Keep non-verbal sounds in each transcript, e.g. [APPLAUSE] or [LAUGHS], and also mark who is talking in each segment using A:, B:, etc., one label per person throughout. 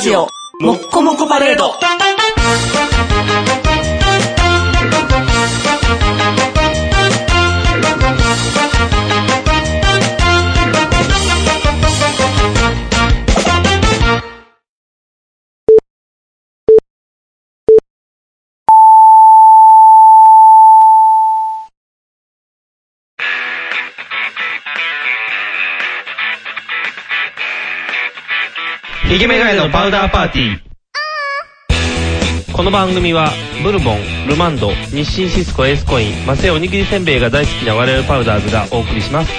A: ジオもっこもこパレード
B: イケメガネのパウダーパーティー。この番組は、ブルボン、ルマンド、日清シスコエースコイン、マセイおにぎりせんべいが大好きな我々パウダーズがお送りします。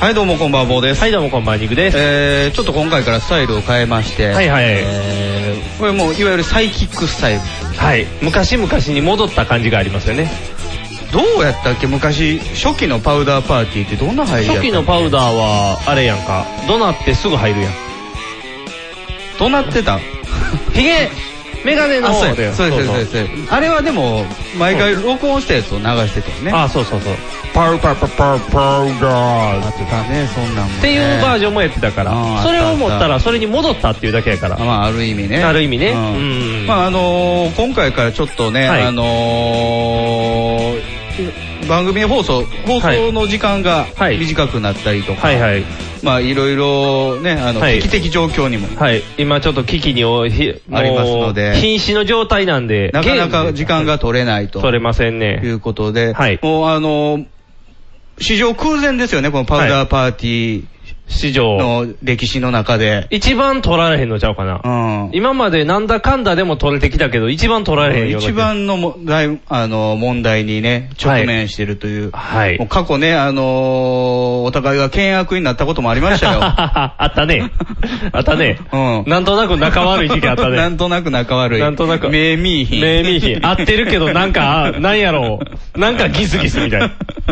C: はい、どうもこんばんは、坊です。
B: はい、どうもこんばんは、肉です。
C: えー、ちょっと今回からスタイルを変えまして、
B: はいはい。
C: えー、これもういわゆるサイキックスタイル。
B: はい。昔々に戻った感じがありますよね。
C: どうやったっけ昔、初期のパウダーパーティーってどんな入りやっ
B: 初
C: た
B: 期のパウダーは、あれやんか、怒鳴ってすぐ入るやん。
C: どうなってた
B: ヒゲメガネの
C: そう
B: 方
C: や
B: だよ。
C: そうです、そうです、そうです。あれはでも、毎回録音したやつを流してたよね。
B: あ、そうそうそう。っ
C: パウパウパウパウパウダー。あってたね、そんなんも、ね。
B: ていうバー
C: ジ
B: ジョンもやってたか
C: あ
B: ら、
C: ー
B: それを思っ
C: あったたあ
B: ら、それに戻ったっていうだけやから。
C: まあ、ある意味ね。
B: ある意味ね
C: うん
B: うん
C: まあ、あのー、今回からちょっとね、
B: はい
C: あのー、番組放送、放送の時間が
B: はい
C: 短くなったりとか、
B: はいはい。
C: まあ、いろいろね、あの、
B: はい
C: 危機的状況にも、
B: はい、今ちょっと危機におひもう
C: ありますので
B: 瀕死の状態なんで、
C: なかな
B: ゲー
C: か
B: ム
C: 時間が取れないと
B: 取れません
C: い
B: ね。
C: うことで、
B: はい
C: もうあのー、史上空前ですよね、このパウダーパーティ
B: 史
C: ー
B: 上、
C: の歴史の中で。
B: 一番取られへんのちゃうかな。
C: うん。
B: 今までなんだかんだでも取れてきたけど、一番取られへんよ。
C: 一。番のも大あの問題にね、直面してるという。
B: はい
C: もう。過去ね、あのーお互いが険悪になったこともありましたよ。
B: [LAUGHS] あったね。あったね。
C: うん
B: なんとなく仲悪い時期あった
C: な
B: ね。
C: んとなく仲悪い。
B: なんとなく
C: 目見いひん。
B: 目見ひん。合ってるけど、なんか、あなんやろう。なんかギスギスみたいな。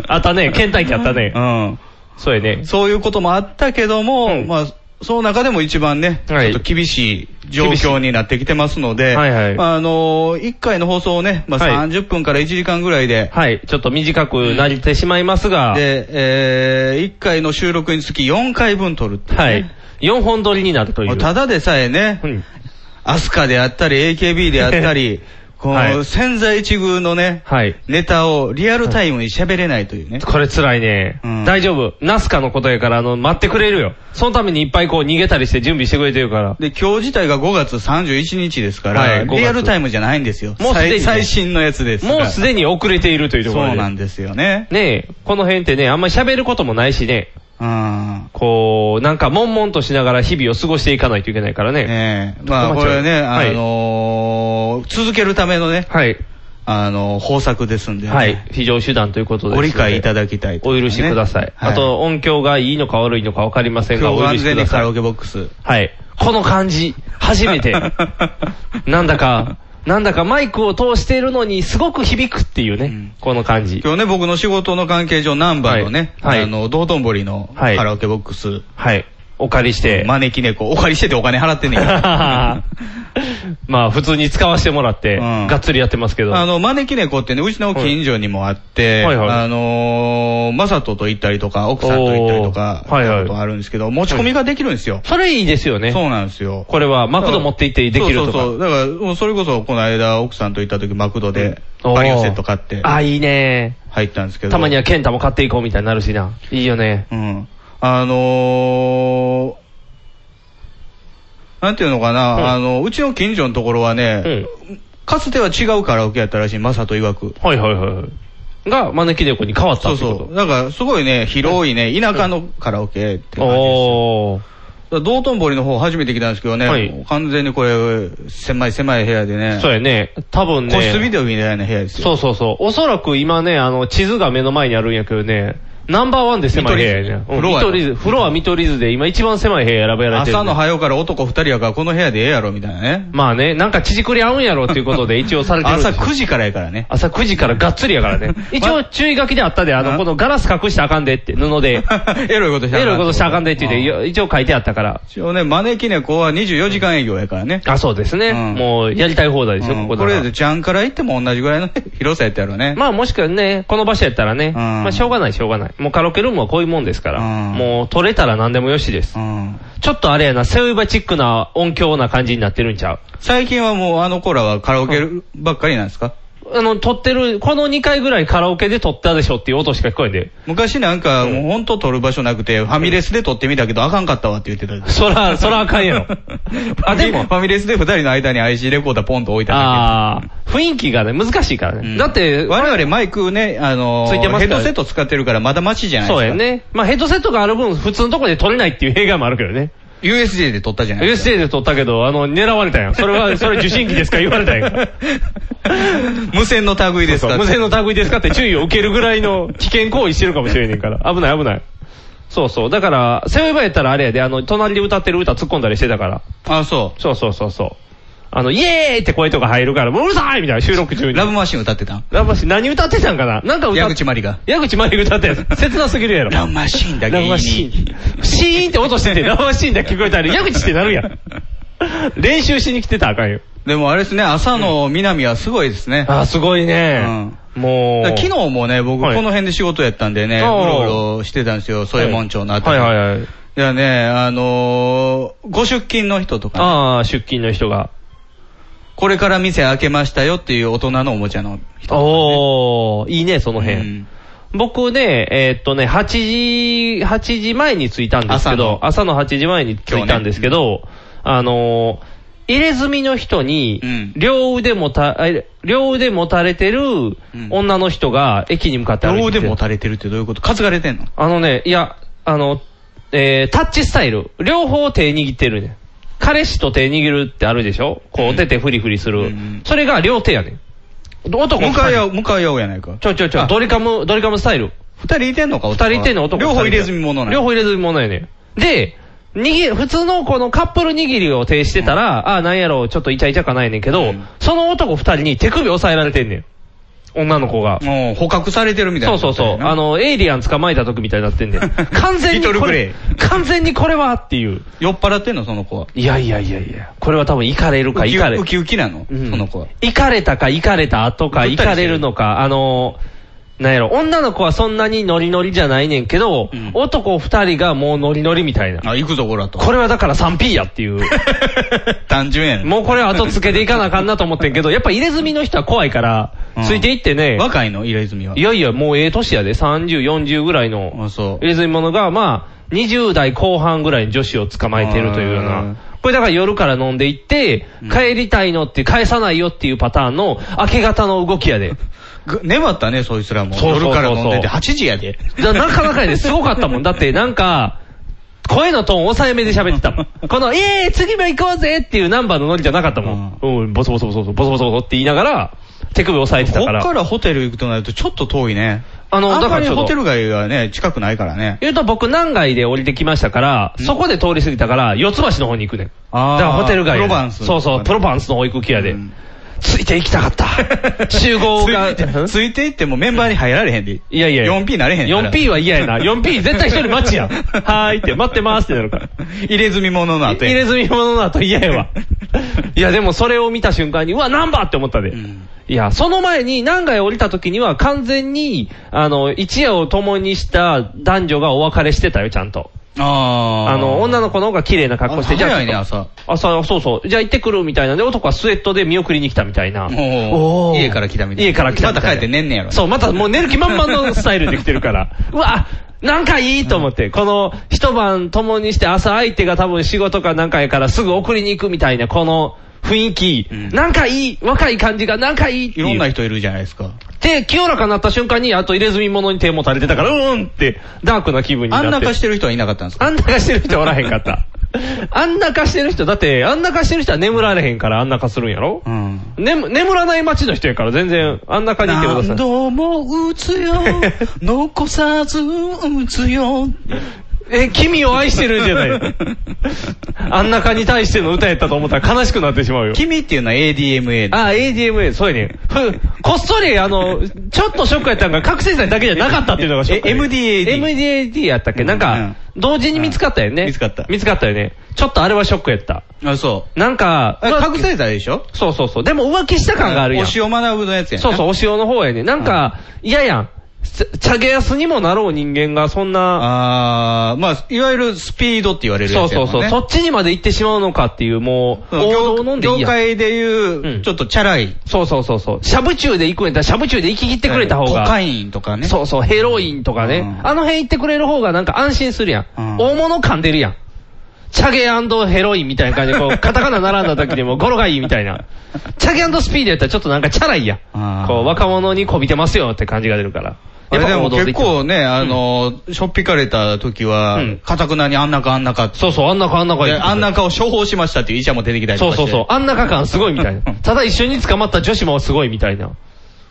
B: あったね。倦怠期あったね。
C: うん。
B: そうやね。
C: そういうこともあったけども、
B: うん
C: まあ、その中でも一番ね、
B: はい
C: ちょっと厳しい状況になってきてますので、
B: はいはい
C: まあ、あのー、1回の放送をね、まあ、
B: はい
C: 30分から1時間ぐらいで、
B: はい。ちょっと短くなりてしまいますが。
C: で、え1回の収録につき4回分撮るっていうね
B: はい。4本撮りになるとい
C: もう
B: う。
C: ただでさえね、
B: うん
C: アスカであったり、AKB であった
B: [LAUGHS]
C: り、こ
B: は
C: の
B: い
C: 潜在一遇のね、
B: はい。
C: ネタをリアルタイムに喋れないというね。
B: これ辛いね。
C: うん
B: 大丈夫。ナスカのことやから、あの、待ってくれるよ。そのためにいっぱいこう逃げたりして準備してくれてるから。
C: で、今日自体が5月31日ですから、
B: はい5月
C: リアルタイムじゃないんですよ。
B: もうすでにね
C: 最最新のやつですから。
B: もうすでに遅れているというところ
C: そうなんんですよね。
B: ねえ、この辺ってね、あんまり喋ることもないしね、
C: うん。
B: こう、なんか悶々としながら日々を過ごしていかないといけないからね。
C: ねえ。まあ、
B: 困っ
C: こ
B: ちゃう
C: れね、
B: はい
C: あのー続けるためのね、
B: はい。
C: あのー方策ですんで、ね
B: はい。非常手段ということですの
C: ご
B: で。
C: 理解いただきたいと
B: お
C: 思い
B: 許
C: ます
B: し
C: ね、
B: ください。あと、音響がいいのか悪いのかわかりません
C: 今日
B: が、お許
C: 完
B: しく
C: 全
B: だ
C: にカ
B: さ
C: ラ
B: い
C: オ。ケボックス。
B: はい。この感じ、初め
C: [LAUGHS]
B: て。 [LAUGHS] なんだか、なんだかマイクを通しているのにすごく響くっていうね、
C: ん
B: この感じ。
C: 今日ね、僕の仕事の関係上、南波のね、
B: はいはい
C: あの、道頓堀の
B: は
C: カ
B: い
C: ラオケボックス、
B: はい。お借り [LAUGHS] して。
C: 招き猫、お借りしててお金払ってんねんけど
B: [LAUGHS] まあ、普通に使わせてもらって、
C: うん
B: がっつりやってますけど。
C: あの、招き猫ってね、うちの近所にもあって、
B: はいはいはい
C: あのー、マサトと行ったりとか、奥さんと行ったりとか、
B: おーはいはい
C: したことあるんですけど、持ち込みができるんですよ。
B: それいいですよね。
C: そうなんですよ。
B: これは、マクド持って行ってできるとか。
C: そうそうそう。だから、もうそれこそ、この間、奥さんと行った時、マクドで、
B: おー
C: バリオセット買って、
B: あ、いいね。
C: 入ったんですけど。
B: たまにはケンタも買っていこうみたいになるしな。いいよね。
C: うん。あのー、なんていうのかな、
B: うん
C: あの、うちの近所のところはね、
B: うん。
C: かつては違うカラオケやったらしい、マサト曰く。
B: はいはいはいはい。が、招き猫に変わっ
C: そ
B: たっ
C: う
B: てこと。
C: そう。だから、すごいね、広いね、田舎のカラオケって感じです。
B: おー。
C: だから道頓堀の方初めて来たんですけどね、
B: はい
C: もう完全にこれ、狭い狭い部屋でね、
B: そうやね。多分ね。
C: 個室ビデオみたいな部屋ですよ。
B: そうそうそう。おそらく今ね、あの、地図が目の前にあるんやけどね、ナンバーワンで狭い部屋やね。
C: 見取り図
B: うん見取り図フロア見取り図で今一番狭い部屋選ばれてる。
C: 朝の早うから男二人やからこの部屋でええやろみたいなね。
B: まあね、なんか縮くり合うんやろっていうこと
C: [LAUGHS]
B: で一応されてるんです
C: 朝
B: よ。
C: 9時からやからね。
B: 朝9時からがっつりやから
C: [LAUGHS]
B: ね。一応注意書きであったで、あ
C: あ
B: の、このガラス隠してあかんでって、布
C: [LAUGHS]
B: で。
C: エロいことしたら
B: エロいことしてあかんでって
C: う
B: 言って、一応書いてあったから。
C: 一応ね、招き猫は24時間営業やからね。
B: あ、そうですね。
C: うん
B: もう、やりたい放題でし
C: う
B: ょ、
C: ん
B: こ
C: こ
B: こだから
C: れで、ジャン [LAUGHS] から行っても同じぐらいのね広さやったやろね。
B: まあもしかね、この場所やったらね、
C: うん
B: まあしょうがないしょうがない。もうカラオケルームはこういうもんですから、
C: うん
B: もう取れたら何でもよしです
C: う。ん。
B: ちょっとあれやな、セオイバチックな音響な感じになってるんちゃう
C: 最近はもうあの子らはカラオケばっかりなんですか
B: あの、撮ってる、この2回ぐらいカラオケで撮ったでしょっていう音しか聞こえんで。
C: 昔なんかもうほんと撮る場所なくて、ファミレスで撮ってみたけどあかんかったわって言ってたです。。
B: そら、そらあかんやろ
C: [LAUGHS]
B: あ、でも
C: フ、ァミレスで二人の間に IC レコーダーポンと置いただ
B: ああ、雰囲気がね、難しいから
C: け。
B: ね。
C: うん
B: だって、
C: 我々マイクね、あのー、
B: ついてます
C: ヘ
B: か
C: ッ
B: ら
C: ドセット使ってるからまだマシじゃないです
B: そ
C: か。
B: うや。ね。まあヘッドセットがある分、普通のとこで撮れないっていう映画もあるけどね。
C: USJ で撮ったじゃないですか。
B: USA で撮ったけど、あの、狙われたやん。それは、それ受信機ですか言われたやんか。
C: [LAUGHS] 無線の類ですか
B: 無線の類ですかって注意を受けるぐらいの危険行為してるかもしれねえから。危ない危ない。そうそう。だから、セオイバやったらあれやで、あの、隣で歌ってる歌突っ込んだりしてたから。
C: あ、そ
B: そうそうそうそう。あの、イエーイって声とか入るから、もううるさいみたいな収録中
C: う。
B: に。
C: ラブマシン歌ってたん
B: ラブマシン何歌ってたんかななんか歌っ
C: 矢口まりが。
B: 矢口まり歌ったやつ。切なすぎるやろ。
C: ラブマシーンだけいい
B: ラブマシーン。シーンって音してて、ラブマシーンだけ聞こえたら、矢口ってなるやん。練習しに来てたらあかんよ。
C: [LAUGHS] でもあれですね、朝の南はすごいですね。
B: あ、すごいね。もう。
C: だから昨日もね、僕、こ
B: はい
C: の辺で仕事やったんでね、う
B: ああ
C: ろうろしてたんですよ、添右衛門町の後
B: はいはい
C: い。
B: はいはい。
C: いやね、あのーご出勤の人とか、
B: ああ、出勤の人が。
C: これから店開けましたよっていう大人のおもちゃの人。
B: おー、いいね、その辺。
C: うん
B: 僕ね、えーっとね、8時、8時前に着いたんですけど、朝の8時前に着いたんですけど、あのー入れ墨の人に、
C: うん
B: 両腕もた、え両腕もたれてる
C: うん
B: 女の人が駅に向かって歩いて
C: 両
B: きて
C: 腕も垂れてるってどういうこと担がれてんの
B: あのね、いや、あの、えー、タッチスタイル。両方手握ってるねん。彼氏と手握るってあるでしょこう、出てフリフリする。
C: うん
B: それが両手やねん。男
C: 向かい合
B: う。
C: う、向かい合うやないか。
B: ちょちょち
C: あ
B: ょ、ドリカム、ドリカムスタイル。
C: 二人いてんのか、
B: 二
C: 男は
B: 人いてんの男
C: 両方入れ
B: ず
C: 墨物なの。
B: 両方入れ墨物やねん。で、握る普通のこのカップル握りを呈してたら、ああ、なんやろう、ちょっとイチャイチャかないねんけど、
C: うん
B: その男二人に手首押さえられてんねん。女の子が。
C: もう捕獲されてるみたい
B: そう
C: な。
B: そうそう。あ、の、エイリアン捕まえた時みたいになってん
C: [LAUGHS]
B: ねん。完全
C: リト
B: に
C: ル
B: こ
C: グ
B: れ
C: レ、
B: 完全にこれはっていう。
C: 酔っ払ってんの、その子は。
B: いやいやいやいや。これは多分イカれるか、
C: ウ
B: イ
C: キ
B: カれ。
C: ウキウキなの、
B: うん
C: その子は。
B: イカれたか、イカれた後か、
C: ぶっ
B: イ
C: たり
B: カ
C: してる
B: れるのか、あのー、なんやろ、女の子はそんなにノリノリじゃないねんけど、
C: うん
B: 男二人がもうノリノリみたいな。
C: あ、行くぞ、こら [LAUGHS] と。
B: これはだから 3P やっ
C: [LAUGHS]
B: ていう。
C: 単純やねん。
B: もうこれは後付けでいかなあかんなと思ってんけど、やっぱ入れ墨の人は怖いから
C: うん、
B: ついていってね、。
C: 若いの、入れ墨はい
B: やいや、もうええ年やで、30、40ぐらいの
C: あ、そう。
B: 入れ墨者が、まあ、20代後半ぐらいに女子を捕まえてるというよ
C: う
B: う
C: ん
B: な。これだから夜から飲んでいって
C: うん、
B: 帰りたいのって返さないよっていうパターンの明け方の動きやで。
C: ぐ粘ったね、そいつらも。
B: そうそうそうそう
C: 夜から飲んでて、8時やで。
B: だなかなかやですごかったもん。だってなんか、声のトーン抑えめで喋ってたもん。この、イ [LAUGHS] エーイ次も行こうぜっていうナンバーのノリじゃなかったもん。うん、ボソボソボソボソボソボソボソって言いながら、手首押さえて
C: こ
B: た
C: っ
B: から。
C: からホテル行くとなるとちょっと遠いね。
B: あの
C: あんまり
B: だからちょっと
C: ホテル街はね、近くないからね。
B: 言うと僕南街で降りてきましたから、そこで通り過ぎたから、四つ橋の方に行くねん。
C: あー
B: だからホテル街やねん。
C: プロバンス
B: そうそう、プロバンスの方行く気やで。
C: うん
B: ついて行きたか
C: [LAUGHS]
B: った。集合が。
C: ついて
B: ん
C: ついていってもメンバーに入られへんで。
B: いやいや。
C: 4P なれへんから
B: 4P は嫌やな。4P 絶対一人待ちやん。
C: [LAUGHS]
B: はーいって、待ってますってなるから。
C: [LAUGHS] 入れ墨物の後
B: 入れ墨物の後嫌
C: [LAUGHS]
B: やわ。いやでもそれを見た瞬間に、うわ、ナンバーって思ったで。
C: うん
B: いや、その前に、南海降りた時には完全に、あの、一夜を共にした男女がお別れしてたよ、ちゃんと。
C: あー
B: あの、女の子の方が綺麗な格好して、
C: あ
B: じゃあ
C: 早いね
B: ちょっ
C: 朝
B: と朝、そうそう。じゃあ行ってくるみたいなんで、男はスウェットで見送りに来たみたいな。
C: おー
B: おー
C: 家から来たみたいな
B: 家から来たみ
C: ま
B: いな
C: た帰って寝んねやろ
B: そう、またもう寝る気満々のスタイルで来てる
C: [LAUGHS]
B: から。うわ、なんかいいと思って、この一晩共にして朝相手が多分仕事かなんかやからすぐ送りに行くみたいな、この雰囲気、
C: うん
B: なんかいい、若い感じがなんかいいって
C: い
B: いう。
C: ろんな人いるじゃないですか。
B: で、清らかになった瞬間に、あと入れ墨物に手も垂れてたから、うーんって、ダークな気分になっ
C: あ
B: て。
C: んな化してる人はいなかったんですか
B: あんな化してる人おらへん
C: [LAUGHS]
B: かった。あんな化してる人、だって、あんな化してる人は眠られへんからあんな化するんやろ、
C: うん。
B: ね眠らない街の人やから全然あんな化にいてくださ
C: 何
B: い。
C: 度も打つ
B: [LAUGHS]
C: よ、残さず打つよ。
B: え、君を愛してるんじゃない。あんな化に対しての歌やったと思ったら悲しくなってしまうよ。
C: 君っていうのは ADMA
B: ああ、ADMA、そうやねんふこっそり、あの、ちょっとショックやったんが、覚醒剤だけじゃなかったっていうのがショックやねん。
C: え MDAD
B: MDAD やったっけ、
C: うん
B: なんか、同時に見つかったよね。
C: 見つかった
B: 見つかったよね。ちょっとあれはショックやった。
C: あ、そう。
B: なんか、
C: あ覚醒剤でしょ
B: そうそうそう。でも浮気した感があるやん。
C: 推しを学ぶのやつやんな。
B: そうそう、お塩の方やね。なんか、嫌やん。ちゃチャゲやすにもなろう人間がそんな、
C: あー、まあ、いわゆるスピードって言われる
B: そ
C: や
B: う
C: つや
B: そう
C: もん
B: そう、
C: ね。
B: そっちにまで行ってしまうのかっていう、もう、王道飲んでいい
C: 業
B: や。
C: 界で
B: う
C: い
B: ん
C: う、ちょっとチャラい。
B: そうそうそうそう。しゃぶ中で行くんやったら、しゃぶ中で行き切ってくれた方が。
C: コカインとかね。
B: そうそう、ヘロインとかね。
C: うん
B: あの辺行ってくれる方がなんか安心するやん。
C: うん
B: 大物感出るやん。チャゲヘロインみたいな感じで、こう、カタカナ並んだ時にも語呂がいいみたいな。チャゲスピードやったらちょっとなんかチャラいやん。
C: あー
B: こう、若者にこびてますよって感じが出るから。
C: あれでも
B: 王道行
C: 結
B: った
C: 構ね、あの、しょっぴかれた時は
B: うん、
C: かたくなにあんなかあんなかって。
B: そうそう、あんなかあんなか
C: で
B: 言ってくる
C: あんなかを処方しましたっていう医者も出てきたりと
B: そう
C: かして。
B: そうそう。あんなか感すごいみた
C: [LAUGHS]
B: いな。ただ一緒に捕まった女子もすごいみたいな。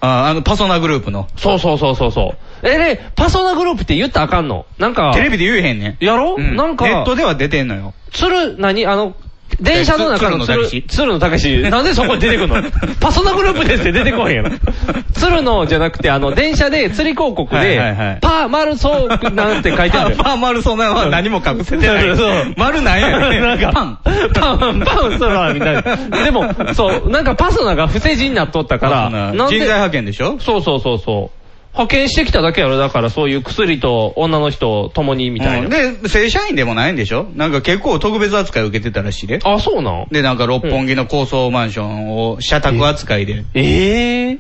C: ああの、パソナグループの。
B: そうそうそうそうそう。え、で、パソナグループって言ったらあかんのなんか。
C: テレビで言えへんねん。
B: やろ、
C: うん
B: なんか。
C: ネットでは出てんのよ。
B: 鶴、何あの、電車の中の鶴、
C: 鶴
B: 鶴のたけ
C: [LAUGHS]
B: し、なんでそこに出てくんのパソナグループですって出てこへんやろ。鶴のじゃなくて、あの、電車で釣り広告
C: はいはいは
B: で
C: い、
B: パーマルソークなんて書い
C: [LAUGHS]
B: てある。
C: パン丸そんなのは何も隠せてな
B: そうそう
C: い。丸なんやね
B: [LAUGHS] なんか、
C: パン。
B: パン、パン、空、みた
C: [LAUGHS]
B: いな。でも、そう、なんかパソナが不正字になっとったから、
C: パ
B: な
C: ソナ
B: ん
C: 人材
B: で
C: 派遣でしょ
B: そうそうそうそう。派遣してきただけやろ、だからそういう薬と女の人を共にみたいな。
C: うんで、正社員でもないんでしょなんか結構特別扱い受けてたらしいで。
B: あ、そうなん
C: で、なんか六本木の高層マンションを社宅扱いで。
B: ええ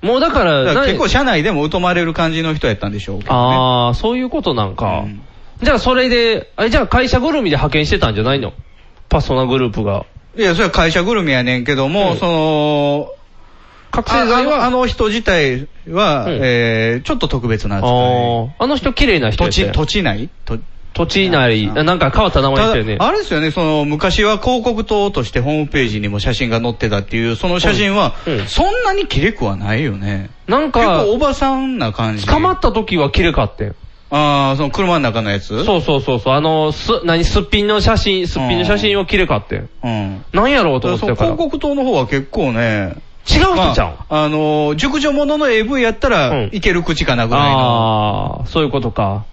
B: もうだから、
C: だから結
B: な
C: 構社内でも疎まれる感じの人やったんでしょうけどね。
B: ああ、そういうことなんか。
C: うん
B: じゃあそれで、あじゃあ会社ぐるみで派遣してたんじゃないのパソナグループが。
C: いや、それは会社ぐるみやねんけども、
B: うん
C: その、
B: 覚
C: あ
B: 醒剤は
C: あのあの人自体は、
B: うん
C: えー、ちょっと特別な
B: あ
C: 扱い。
B: ーあの人綺麗な人
C: 土
B: やったよ
C: 地、土地内と
B: 土地なり、
C: うん
B: なんか変わった名前だったよね。
C: あれですよね、その、昔は広告塔としてホームページにも写真が載ってたっていう、その写真は
B: うんうん、
C: そんなにキレくはないよね。
B: なん
C: 結
B: か、
C: 構おばさんな感じ。
B: 捕まった時は綺麗かってん。
C: ああ、その車の中のやつう。
B: そうそうそうそう、あの、す、何、すっぴんの写真、すっぴんの写真は綺麗かってん。
C: うん。
B: なんやろうと
C: だから
B: 思って
C: その
B: たから。違
C: 広
B: う
C: 告塔の方は結構ね、
B: 人ちゃん。
C: まあ、あのー、熟女ものの AV やった
B: うん
C: ら、いける口かなぐらいの。
B: ああー、そういうことか。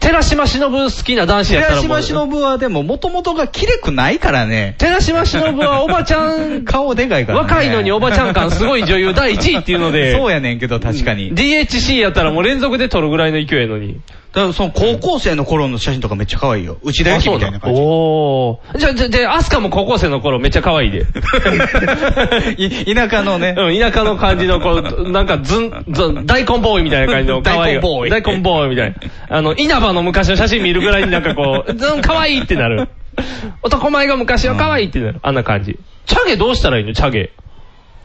B: 寺島忍好きな男子やったら
C: 寺
B: もう
C: 島しのぶはでも、もともとがキレくないからね。
B: 寺島忍はおばちゃ
C: [LAUGHS]
B: ん
C: 顔でかいからね。
B: 若いのにおば
C: [LAUGHS]
B: ちゃん感すごい女優第一位っていうので
C: そうやねんけど、確かに。だ
B: DHC やったらもう連続で撮るぐらいの勢いやのに。
C: からその高校生の頃の写真とかめっちゃ可愛いよ。内田有紀みたいな感じ。
B: おー。じゃ、じゃ、じゃ、アスカも高校生の頃めっちゃ可愛いで。
C: [LAUGHS] い田舎のね。
B: うん、田舎の感じの、こう、なんかずん、ずん、大根ボーイみたいな感じの可愛い。
C: 大根ボーイ
B: 大根ボーイみたいな。あの、稲葉の昔の写真見るぐらいになんかこう、ずん、可愛いってなる。男前が昔は可愛いってなる。あんな感じ。チャゲどうしたらいいのチャゲ。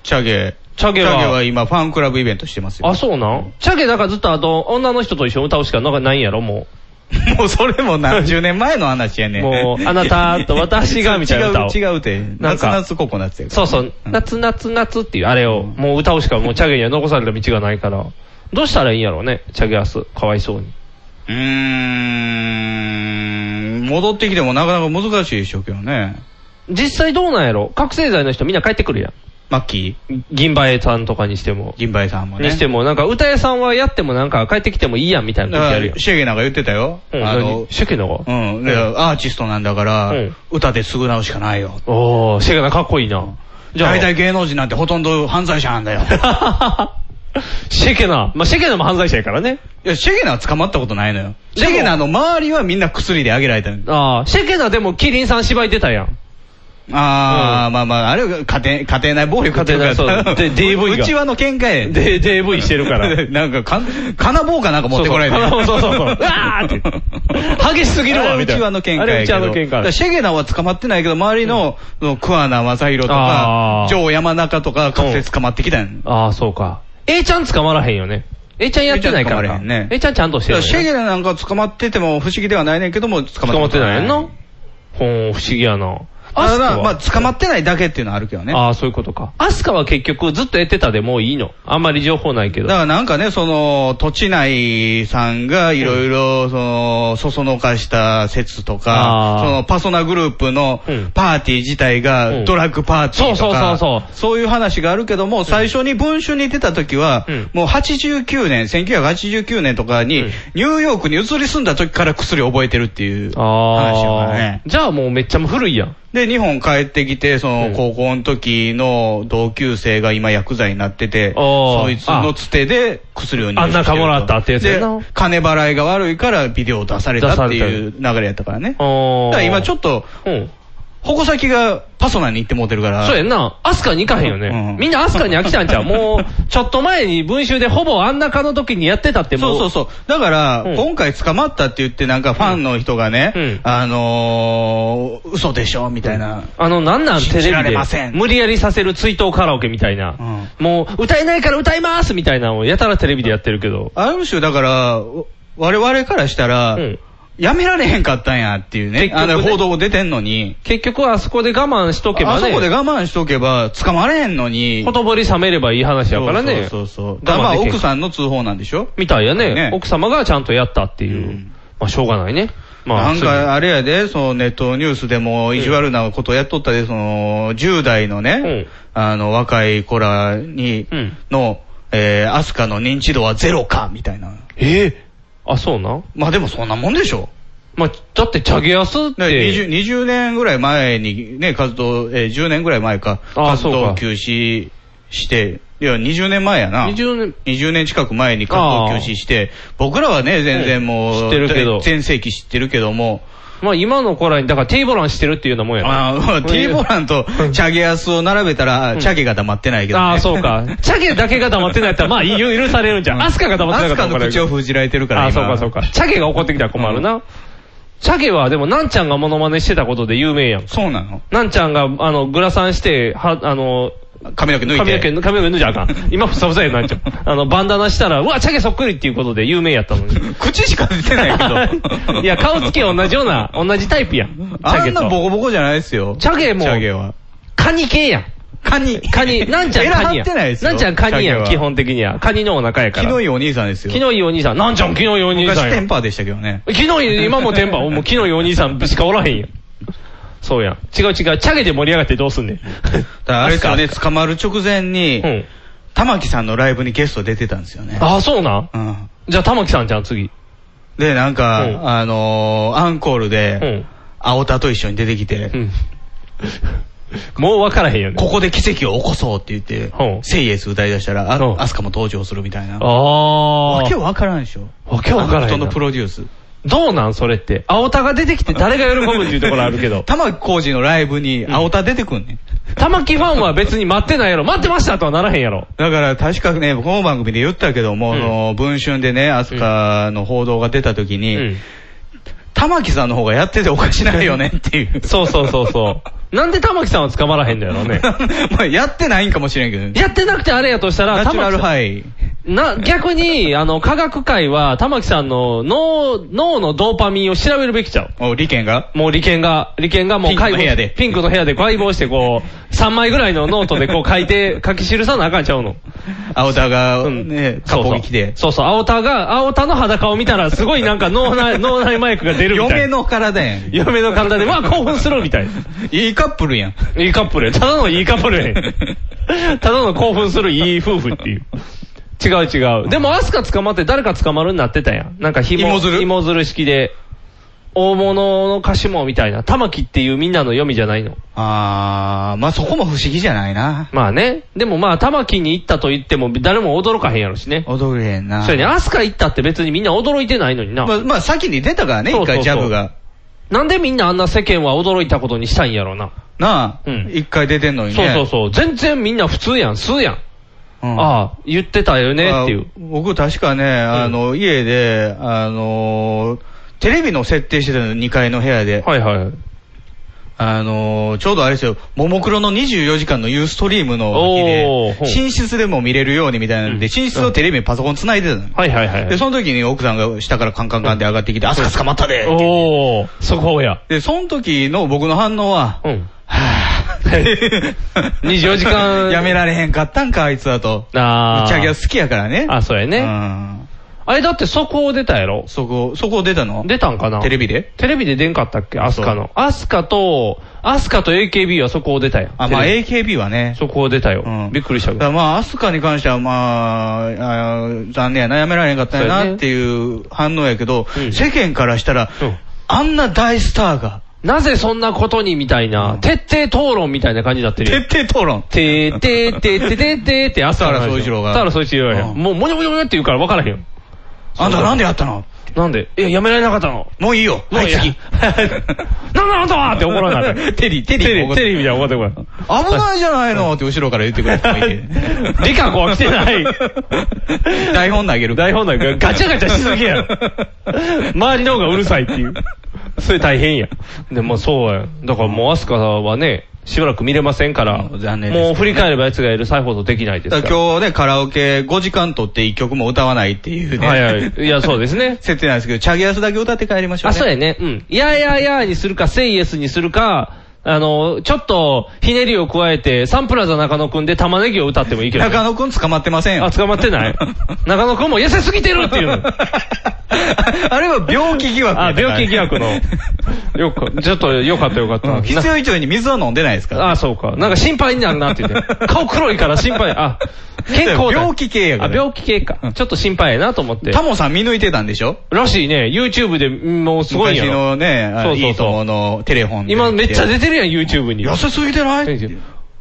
C: チャゲ。
B: チャゲは
C: 今、ファンクラブイベントしてますよ。
B: あ、そうなんチャゲなんかずっとあと、女の人と一緒に歌うしかなんかないんやろ、もう。
C: もうそれも何十年前の話やねん。
B: もうあなたと私がみたいな歌
C: [LAUGHS]
B: を
C: 違う、違うて。
B: なん
C: 夏
B: か
C: 夏ココナツやから
B: そうそう、
C: うん
B: 夏夏夏っていうあれを、もう歌うしかもうチャゲには残された道がないから、どうしたらいいんやろうね、チャゲアス、かわいそうに。
C: うーん、戻ってきてもなかなか難しいでしょうけどね。
B: 実際どうなんやろ覚醒剤の人みんな帰ってくるや
C: マッキー、
B: ん。銀バエさんとかにしても。
C: 銀杯さんもね。
B: にしても、なんか歌屋さんはやってもなんか帰ってきてもいいやんみたい
C: だ
B: な時
C: か
B: あるや
C: ら、シェゲなんか言ってたよ。あ
B: ん。うん、何
C: の、
B: シュケのが、
C: うん、でアーティストなんだから、
B: うん
C: 歌で償うしかないよ。
B: おー、シェケナかっこいいな。じゃあ、
C: 大体芸能人なんてほとんど犯罪者なん
B: [LAUGHS]
C: だよ。
B: シェケナ。まあ、シェケナも犯罪者やからね。
C: いや、シェゲナは捕まったことないのよ。
B: で
C: シ
B: も
C: ェゲナの周りはみんな薬であげられたの
B: ああ、シェケナでもキリンさん芝居出たやん。
C: あー、まあまあ、あれは家庭、家庭内暴力っていうか
B: 家庭内
C: [LAUGHS]
B: そうで DV が
C: うちわの喧嘩やねん
B: で、DV してるから。
C: [LAUGHS] なんか、か、金棒かなんか持ってこられて。
B: そうそ
C: [LAUGHS]
B: うそうそうそううわーって激しすぎるわ
C: あれ
B: みたいな
C: うちわの喧嘩やけど。
B: あれうちわの喧嘩
C: だからシェゲナは捕まってないけど、周りの、その桑名正宏と
B: あー
C: か、ジョー山中とか、かつて捕まってきたんだか
B: ああ、そうか。A ちゃん捕まらへんよね。A ちゃんやってないから
C: A ち
B: か。
C: ゃん捕まらへんね
B: A ちゃんちゃんとしてる
C: ら
B: よね。
C: シェゲナなんか捕まってても不思議ではないねんけども、捕ま
B: 捕ま
C: っ
B: っててないやんな。
C: の
B: ほん、不思議やな。ア
C: た
B: スカ
C: だ、まあ、
B: は。
C: 捕まってないだけっていうのはあるけどね。
B: ああ、そういうことか。アスカは結局ずっとやってたでもういいの。あんまり情報ないけど
C: だか。らなんかね、その、土地内さんがいろいろ、その、そそのかした説と
B: あ
C: か、
B: ー
C: その、パソナグループの
B: うん
C: パーティー自体
B: う
C: が
B: ん
C: ドラッグパーティーとか、
B: そうそうそうそう
C: いう話があるけども、最初に文春に出た時は
B: うん、
C: もう89年、1989年とかに
B: うん、
C: ニューヨークに移り住んだ時から薬覚えてるっていう話だから
B: ああ
C: ね。。
B: じゃあもうめっちゃ古いやん。
C: で、日本帰ってきて、そ
B: うん
C: の、高校の時の同級生が今薬剤になってて、
B: おー
C: そいつのつてで薬を入手してると
B: あんなかもらったってやつやな
C: で、金払いが悪いからビデオを出されたっていう流れやったからね。だ
B: お
C: から今ちょ
B: っ
C: っと、
B: と、うん。
C: 矛先がパソナに行ってもうてるから。
B: そうやんな。アスカに行かへんよね。
C: うん
B: みんなアスカに飽きた
C: [LAUGHS]
B: んちゃうもう、ちょっと前に文集でほぼあんなかの時にやってたっても
C: そうそうそう。だから、
B: うん
C: 今回捕まったって言って、なんかファンの人がね、
B: うん
C: あのー、嘘でしょみたいな。
B: あの、なんなんテ
C: 信じ
B: レ
C: ら
B: ビ
C: れ
B: で
C: ません
B: 無理やりさせる追悼カラオケみたいな。
C: う
B: もう、歌えないから歌いますみたいなのをやたらテレビでやってるけど。
C: ある種、だから、我々からしたら、
B: うん
C: やめられへんかったんやっていうね
B: 結、局
C: あ
B: ね
C: の報道出てんのに、
B: 結局あそこで我慢しとけば
C: あそ
B: ね
C: こ、で我慢しとけば捕まれへんのに、
B: ほとぼり冷めればいい話やからね。
C: そうそうそう。だからま
B: 我
C: あ
B: 慢できへ
C: 奥
B: ん
C: さんの通報なんでしょ
B: みたいやね
C: ね
B: 奥様がちゃんとやったっていう。
C: うん
B: まあ、しょうがないね。まあ、
C: なん
B: 次
C: か、あれやで、そのネットニュースでも意地悪なことやっとったで、その、10代のね、あの、若い子らに
B: うん、
C: の、えー、アスカの認知度はゼロか、みたいな。
B: ええあ、そうなん
C: まあでもそんなもんでしょ。
B: まあ、だって、チャゲヤスっ
C: だから
B: て、
C: 20, 20年ぐらい前にね、活動、えー10年ぐらい前か、
B: ああ
C: 活
B: そうか
C: 動休止して、いや、20年前やな。
B: 20年、
C: 20年近く前に活動休止して、僕らはね、全然もう、
B: うん知ってるけど
C: 全盛期知ってるけども、
B: まあ、今の子らに、だから、ティーボランしてるっていうようなもんやな。
C: あー T ボランとチャゲアスを並べたら、チャゲが黙ってないけどね。
B: ああ、そう
C: [LAUGHS]
B: か。チャゲだけが黙ってないやったら、まあ、いいよ許されるんじゃん。アスカが黙ってなかった
C: アス
B: ら怒
C: カの
B: られ
C: 口を
B: る。
C: 封じられてるから、
B: ああ、そう
C: 今
B: か、そうか。。チャゲが怒ってきたら困るな。チャゲは、でも、なんちゃんがモノマネしてたことで有名やん。
C: そうなの
B: なんちゃんが、あの、グラサンして、は、あの、
C: 髪の毛抜いて。
B: 髪の毛、髪の毛脱いじゃあかん。今、ふさふさやなんちゃん。あの、バンダナしたら、うわ、チャゲそっくりっていうことで有名やったのに。
C: [LAUGHS] 口しか出て [LAUGHS] ないけど。
B: [LAUGHS] いや、顔つき同じような、同じタイプやん。チャ
C: あ
B: ゲ
C: んな
B: と。
C: ボコボコじゃないですよ。
B: チャゲも
C: チャゲは。
B: カニ系やん。
C: カニ。[LAUGHS]
B: カニ、なんちゃんカニ
C: エラ張
B: や
C: っ
B: ん。
C: てないですよ。
B: なんちゃんカニやん、基
C: チャゲは。
B: 本的には。カニのお腹やから。
C: 気のいいお兄さんですよ。
B: 気のいいお兄さん。なんちゃん、気のいいお兄さん
C: 昔テ
B: や
C: ン
B: ん。
C: パーでしたけどね。
B: 気のいい、今もテンパ、もう気のいいお兄さんしかおらへんやん。そうやん。違う違う、チャゲで盛り上がってどうすんねん。
C: だからあれですよね、
B: アス
C: 捕まる直前に
B: カ。う、ん。
C: 玉木さんのライブにゲスト出てたんですよね。
B: あ、そうなん
C: うん。
B: じゃあ、玉木さんじゃん、次。
C: で、なんか、
B: うん
C: あのーアンコール
B: う
C: で、
B: ん。
C: 青田と一緒に出てきて、
B: うん。もう分からへんよね。
C: ここで奇跡を起こそうって言って
B: うん、
C: セイエス歌い出したら、
B: うん
C: あアスカも登場するみたいな。
B: あ
C: わ
B: あ
C: け。わからんでしょ。
B: わけわからへんな
C: あの人のプロデュース。
B: どうなんそれって。青田が出てきて誰が喜ぶっていうところあるけ [LAUGHS] ど。
C: 玉木浩二のライブに青田出てくんねん。
B: 玉木ファンは別に待ってないやろ。待ってましたとはならへんやろ。
C: だから確かね、この番組で言ったけども、
B: うん
C: その文春でね、アスカの報道が出た時
B: う
C: に、
B: ん。
C: 玉木さんの方がやってておかしないよねっていう。
B: [LAUGHS] そうそうそうそう。なんで玉木さんは捕まらへんだよ [LAUGHS] ね。
C: [LAUGHS] まあやってないんかもしれんけどね。
B: やってなくてあれやとしたら、
C: ナチュ
B: 玉
C: ラ
B: 木
C: ル
B: さん
C: ハイ。
B: な、逆に、あの、科学界は玉木さんの脳、脳のドーパミンを調べるべきちゃう。
C: お、利権が
B: もう利権が、利権がもう
C: ピンクの
B: 解
C: 部
B: 剖
C: 屋で
B: ピンクの部屋で解剖してこう、3枚ぐらいのノート
C: [LAUGHS]
B: でこう書いて、書き記さなあかんちゃうの。
C: 青田が、
B: うん
C: ね、カポギ来て。
B: そうそう、青田が、青田の裸を見たら、すご
C: [LAUGHS]
B: いなんか脳内、脳内マイクが出るみたいな。
C: 嫁。の体やん。
B: 嫁の
C: [LAUGHS]
B: 体で、まあ興奮するみたい
C: いいカップルやん。
B: な。いいカップルや。ただのいいカップル
C: [LAUGHS]
B: や。ただの興奮するいい夫婦っていう。違う違う。でも、アスカ捕まって誰か捕まるになってたやん。なんか紐、
C: 紐づる
B: 紐づる式で。大物の歌手もみたいな。玉木っていうみんなの読みじゃないの。
C: あー、まあそこも不思議じゃないな。
B: まあね。でもまあ、玉木に行ったと言っても、誰も驚かへんやろしね。
C: 踊れへんな。
B: そうやね。アスカ行ったって別にみんな驚いてないのにな。
C: まあ、まあ先に出たからね、
B: そう
C: 一
B: そうそ
C: 回
B: う
C: ジャブが。
B: なんでみんなあんな世間は驚いたことにしたいんやろうな。
C: なあ
B: うん、
C: 一回出てんのに
B: そう
C: ね。
B: そうそう。全然みんな普通やん、素やん。
C: うん
B: ああ、言ってたよねっていう。
C: あ僕確かね、あの、家で、あのー、テレビの設定してたの、2階の部屋で。
B: はいはい。
C: あのー、ちょうどあれですよ、ももクロの24時間のユーストリームの時
B: おー
C: で
B: ほう、
C: 寝室でも見れるようにみたいなので、
B: うん
C: 寝室のテレビにパソコン繋いでたのよ。
B: はいはいはい。
C: で、その時に奥さんが下からカンカンカンって上がってきて、アスカ捕まったでって
B: おお、そこや。
C: で、その時の僕の反応は、
B: うん。
C: は [LAUGHS] ぁ
B: 24時間
C: [LAUGHS] やめられへんかったんか、あいつはと。
B: ああ。
C: 打ち上げは好きやからね。
B: あ、そうや
C: う
B: ね。
C: ん。
B: あれだってそこ出たやろ
C: そこ、そこ出たの
B: 出たんかな
C: テレビで
B: テレビで出んかったっけアスカの。アスカと、アスカと AKB はそこを出たやん。
C: あ、まあ
B: テレビ
C: AKB はね。
B: そこを出たよ
C: う。ん
B: びっくりした
C: だ
B: け
C: か
B: ど。
C: らまあ、アスカに関してはまあ、あー残念やな、やめられへんかったんや
B: そうやね
C: なっていう反応やけど、
B: うん
C: 世間からしたら、
B: うん
C: あんな大スターが、
B: なぜそんなことにみたいな、徹底討論みたいな感じになってるよ。
C: 徹底討論。
B: てーてーてーてーてーてーって朝
C: 田原総一郎が
B: 田原総一郎や。
C: うん
B: もう、もにょもにょもにょって言うから分からへんよ。
C: あんたなんでやったの
B: なんでいや、やめられなかったの。
C: もういいよ。はい、
B: や
C: 次。
B: [LAUGHS] なんだあんたはって怒らなか [LAUGHS] った。テリー、テリー、テリー、テリーみたいな怒ってこない。
C: 危ないじゃないのって後ろから言ってくれてもいいけ
B: [LAUGHS]
C: ど
B: リカ子は来てない。 [LAUGHS]
C: 台本投げる。
B: 台本なん
C: [LAUGHS]
B: かガチャガチャしすぎやろ。周りの方がうるさいっていう。それ大変や。でもそうや。だからもうアスカはね、しばらく見れませんから
C: う、ん残念ですけどね
B: もう振り返れば奴がいる再放送できないで
C: だ
B: す
C: か
B: からら。
C: 今日ね、カラオケ5時間撮って1曲も歌わないっていうね。
B: はいはい。いや、そ
C: [LAUGHS]
B: うですね。
C: 設定なんですけど、チャゲアスだけ歌って帰りましょう、
B: あ、
C: ね。
B: そうやね。うん。いやいやいやにするか、セイエスにするか、あの、ちょっと、ひねりを加えて、サンプラザ中野くんで玉ねぎを歌ってもいいけどね、
C: 中野くん捕まってませんよ。
B: あ、捕まってない中野くんも痩せすぎてるっていうの。
C: [LAUGHS] あれは病気疑惑
B: あ、
C: やから
B: 病気疑
C: [LAUGHS]
B: 惑の。よく、ちょっとよかったよかっ
C: う
B: た。
C: ん必要以上に水は飲んでないですから。
B: あ、そうか。なんか心配になるなって言って。顔黒いから心配。あ、健康だ
C: 病気系やから
B: あ、病気系か。ちょっと心配やなと思って
C: タ。モさん見抜いてたんでしょ
B: らしいね。YouTube でもうすごいんや
C: 昔
B: ろ。
C: のね、あ
B: そうそうそう
C: いいとものテレフォンで見て。
B: 今めっちゃ出てるやん、YouTube に。
C: 痩せすぎてない